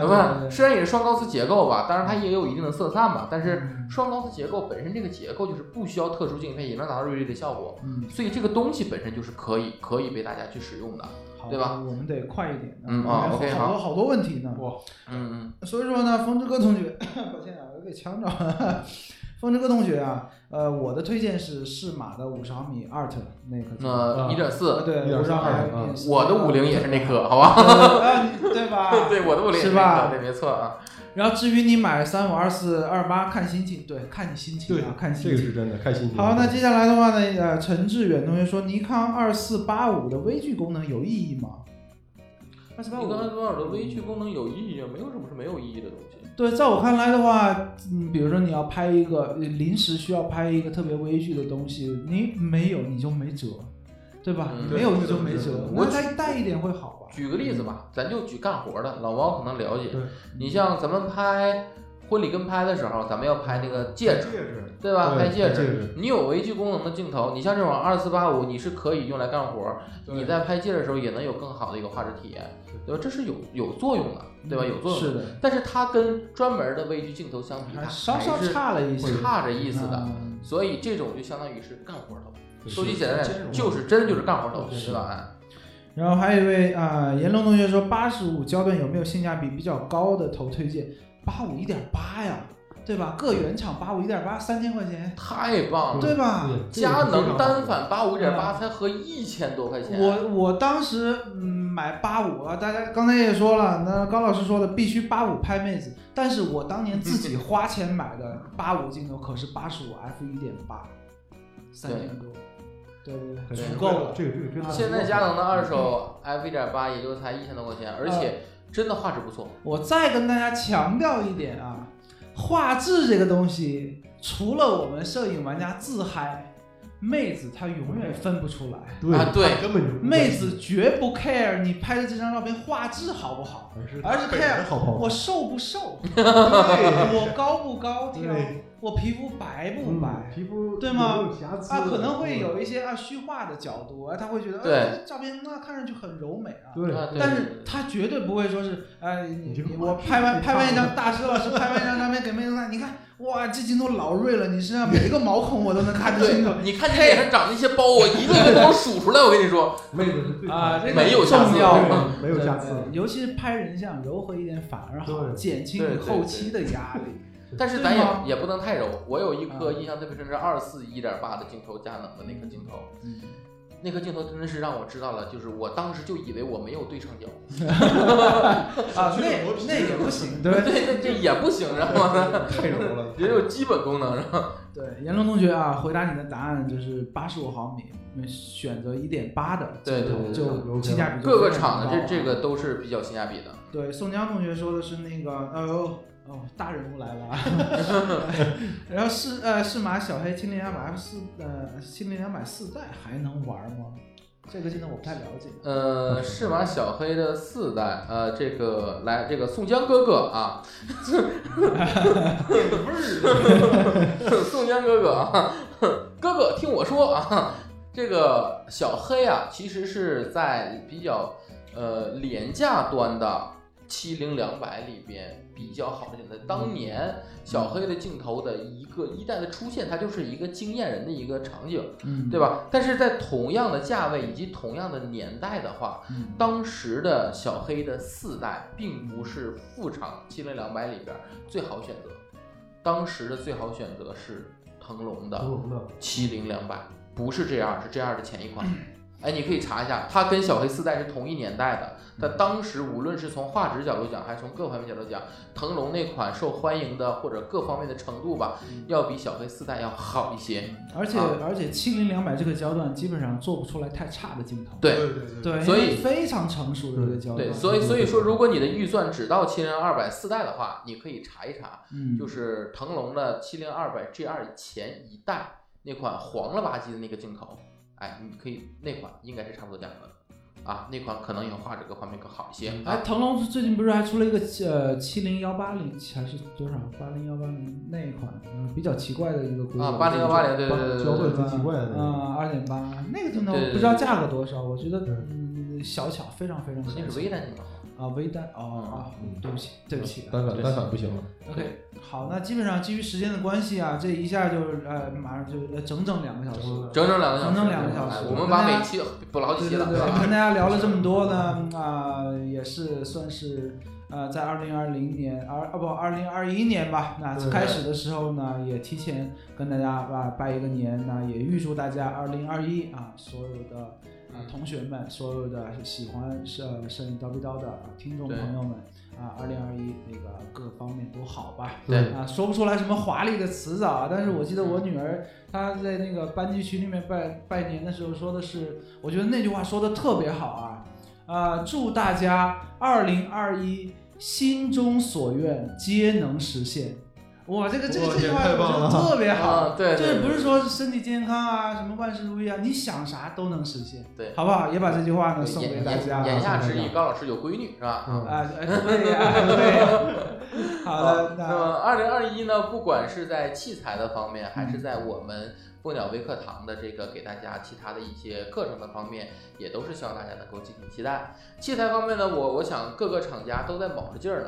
对吧？虽然也是双高斯结构吧，当然它也有一定的色散吧，但是
是
双高斯结构本身这个结构就是不需要特殊镜片也能达到锐利的效果。
嗯，
所以这个东西本身就是可以可以被大家去使用的。
好
对吧？
我们得快一点，
嗯
我们
啊
还
OK，
好多好多问题呢。
嗯
所以说呢，风之歌同学，抱歉啊，我给呛着了。风之歌同学啊，呃，我的推荐是适马的五十毫米 Art 那颗镜
嗯，
头，
那一点
啊
四，
对，五十毫米 Art，
我的五菱也是那颗，好 吧？
呃，对吧？
对，我的五菱也
是
那颗
吧
对，没错啊。
然后至于你买三五二四二八，看心情，对，看你心情
对
啊，看
这
心
个
情。
是真的，开心。
好，那接下来的话呢，呃，陈志远同学说，尼康二四八五的微距功能有意义吗？二四八
你
五
刚才多少的微距功能有意义啊？没有什么是没有意义的东西。
对，在我看来的话，嗯，比如说你要拍一个呃临时需要拍一个特别微距的东西，你没有你就没辙，对吧？
嗯
你没有你就没
对对
辙
对，
那再带一点会好吧？
举个例子吧，咱就举干活的，老猫可能了解
对。
你像咱们拍婚礼跟拍的时候，咱们要拍那个戒指，
戒指，
对吧？拍戒指。
指，
你有微距功能的镜头，你像这种二四八五，你是可以用来干活，你在拍戒指的时候也能有更好的一个画质体验，对吧？这是有有作用的，对吧？有作用的。
嗯是的，
但是它跟专门的微距镜头相比，它
还稍稍
还是
差了一些
差着意思的。
嗯
所以这种就相当于是干活头，
是
说句简单
兼
点，
容
就是真就是干活头，
是
对吧？
然后还有一位啊、呃严龙同学说，八十五焦段有没有性价比比较高的头推荐？八五一点八呀，对吧？各原厂八五一点八，三千块钱，
太棒了！
对吧？
对
佳能单，
这个是非常好
反八五点八
嗯
才合一千多块钱，
我我当时嗯买八五啊，大家刚才也说了，那高老师说的必须八五拍妹子，但是我当年自己花钱买 的八五镜头可是八十五 f 一点八，三千多，对对
很
对，
实惠
足够了。
这个这个真的。
现在佳能的二手
嗯
f 一点八也就才一千多块钱，而且真的画质不错。
我再跟大家强调一点啊，画质这个东西，除了我们摄影玩家自嗨，妹子她永远分不出来，
对
啊对
根本就不
妹子绝不 care 你拍的这张照片画质好不好，
而是
而是
本
care
人好不好？
我瘦不瘦，
对
我高不高 挑，
对嗯
我皮肤白不白。
皮肤
对吗
有没有瑕疵
啊，可能会有一些啊虚化的角度啊，他会觉得，
对
哎，这照片那看上去很柔美啊，
对
啊对
但是他绝对不会说是，哎，你
你这个
你
画
我
质
拍完拍
太差
完一
了
张大 师老师拍完一张照片给妹子看，你看，哇，这镜头老锐了，你身上每一个毛孔我都能看得清楚
对，你看你脸上长的那些包，我一个一 个都能数出来。我跟你说，
妹子是最
啊，这个
没有瑕疵
重要
对
嘛，
没有瑕疵
对对尤其是拍人像，柔和一点反而好，
对
减轻
对
你
对
后
对
期的压力。
但是
对
咱
吗
也也不能太柔。我有一颗
啊
印象特别深是二四一点八的镜头，佳能的那颗镜头，
嗯
那颗镜头真的是让我知道了，就是我当时就以为我没有对称 角，
啊，
这
那
个我
那也不行，对吧
对，这这也不行，然后 呢，
太柔了，
也有基本功能，然后
对，严龙同学啊，回答你的答案就是八十五毫米，嗯选择一点八的
对对对
就性价比就
各
非
个
常
厂的
高
这
啊
这个都是比较性价比的。
对，宋江同学说的是那个，呃哦，哦大人物来 了啊。然后是呃是马小黑七零两百 F 四呃七零两百四代还能玩吗？这个技能我不太了解。
呃，适马小黑的四代，呃，这个来这个宋江哥哥啊， 宋江哥哥啊，哥哥听我说啊，这个小黑啊，其实是在比较呃廉价端的七零两百里边比较好的选择。当年小黑的镜头的一个一代的出现，它就是一个惊艳人的一个场景，
嗯
对吧？但是在同样的价位以及同样的年代的话，
嗯
当时的小黑的四代并不是副厂七零两百里边最好选择，当时的最好选择是腾龙的
成龙的
七零两百，不是 G 二，是 G 二的前一款。哎，你可以查一下，它跟小黑四代是同一年代的。但当时无论是从画质角度讲，还是从各方面角度讲，腾龙那款受欢迎的或者各方面的程度吧，要比小黑四代要好一些。
而且、
啊
而且七零两百这个焦段基本上做不出来太差的镜头，
对
对对
对，
所以嗯
因为非常成熟的一个焦段，嗯
对，所以所以说，如果你的预算只到七零二百四代的话，你可以查一查，
嗯，
就是腾龙的七零二百 G 二前一代那款黄了吧唧的那个镜头，哎，你可以那款应该是差不多价格的啊，那款可能也画质各方面更好一些。
哎，
啊，
腾龙最近不是还出了一个呃七零幺八零还是多少八零幺八零那一款，嗯，比较奇怪的一个规格
啊
对
对对最奇
80180对对对对
怪的那个
啊二点八那个镜头
对对对
不知道价格多少，我觉得
对
嗯小巧非常非常小巧，
那是微单镜头。
啊微单哦啊
嗯，
对不起对不起啊
单反单反不行了，
嗯 OK 好，那基本上基于时间的关系啊，这一下就是呃马上就呃整整两个小时了。
整整两个小
整
时，
整两个小时
哎我们把每期补老
对
几期
对
了，
对，
吧？
跟大家聊了这么多 呢，啊、也是算是呃，在二零二零年二啊不二零二一年吧，那
对
开始的时候呢，也提前跟大家啊拜一个年，那也预祝大家二零二一啊所有的。啊
嗯，
同学们，所有的喜欢摄摄影叨逼叨的啊听众
对
朋友们啊，二零二一那个各方面都好吧。
对
啊，说不出来什么华丽的词藻啊，但是我记得我女儿她在那个班级群里面拜拜年的时候说的是，我觉得那句话说的特别好啊，啊、祝大家二零二一心中所愿皆能实现。哇，这个这个
哇
这句话
这也太
我
棒
觉
了
得特别好，
啊，对，
就是
对
不是说身体健康啊，什么万事如意啊，你想啥都能实现，
对
好不好？也把这句话呢
对
送给
言
大家啊。
言言下
送给
之
大
意，
家
高老师有闺女是吧？
嗯
啊，哎对呀、 对。好的，
那
那
么二零二一呢，不管是在器材的方面，还是
嗯
在我们蜂鸟微课堂的这个给大家其他的一些课程的方面，也都是希望大家能够敬请期待。器材方面呢，我我想各个厂家都在卯着劲儿呢，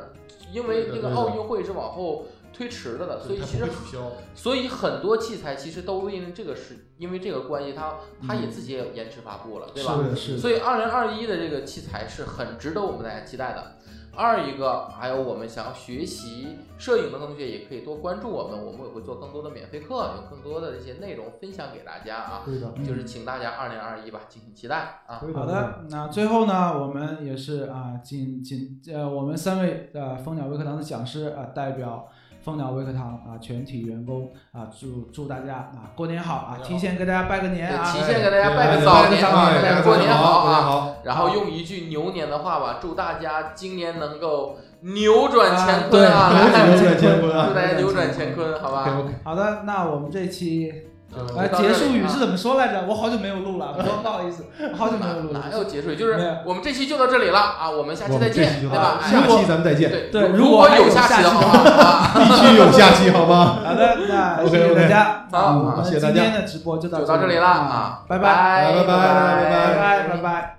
因为这
对
个
的
奥运会是往后推迟的了，所以
它
其
不
实
会取消，
所以很多器材其实都因为这个是因为这个关系，它它也
嗯
自己也延迟发布了，对吧？
是的，是的，
所以二零二一的这个器材是很值得我们大家期待的。二一个，还有我们想要学习摄影的同学，也可以多关注我们，我们也会做更多的免费课，有更多的这些内容分享给大家啊。
对的，
嗯
就是请大家二零二一吧，敬请期待啊。
对
好的，那最后呢，我们也是啊，谨谨呃，我们三位呃蜂鸟微课堂的讲师啊、代表蜂鸟微课堂啊全体员工啊，祝祝大家啊过年好啊，
过年好
提前给大家拜个年
对
啊，
提前给大家拜
对
个
对
早
拜个
年，
早年
大家过年好
过年
啊！
好，
然后用一句牛年的话吧，祝大家今年能够扭转乾坤
啊
啊！
对
扭
来
转乾坤啊
祝大家扭转乾坤，好吧？
OK
好的，那我们这期
嗯
来
就到这
结
里
束语
啊
是怎么说来着？我好久没有录了，不不好意思，好久没有录
哪
了
哪。有结束语？就
没
是
有
我们这期就到这里了啊，我们下期再见，对吧？哎
下期咱们再见，
对
对
如
如果
果
还
有
有
下
下
期的
期
话啊，
必须有下期好吗？
好的，那
OK，OK
谢谢大家，
好
我们
谢谢
今
大家
天的直播就到
就到这里了啊
拜
拜
拜
拜拜
拜拜
拜
拜拜。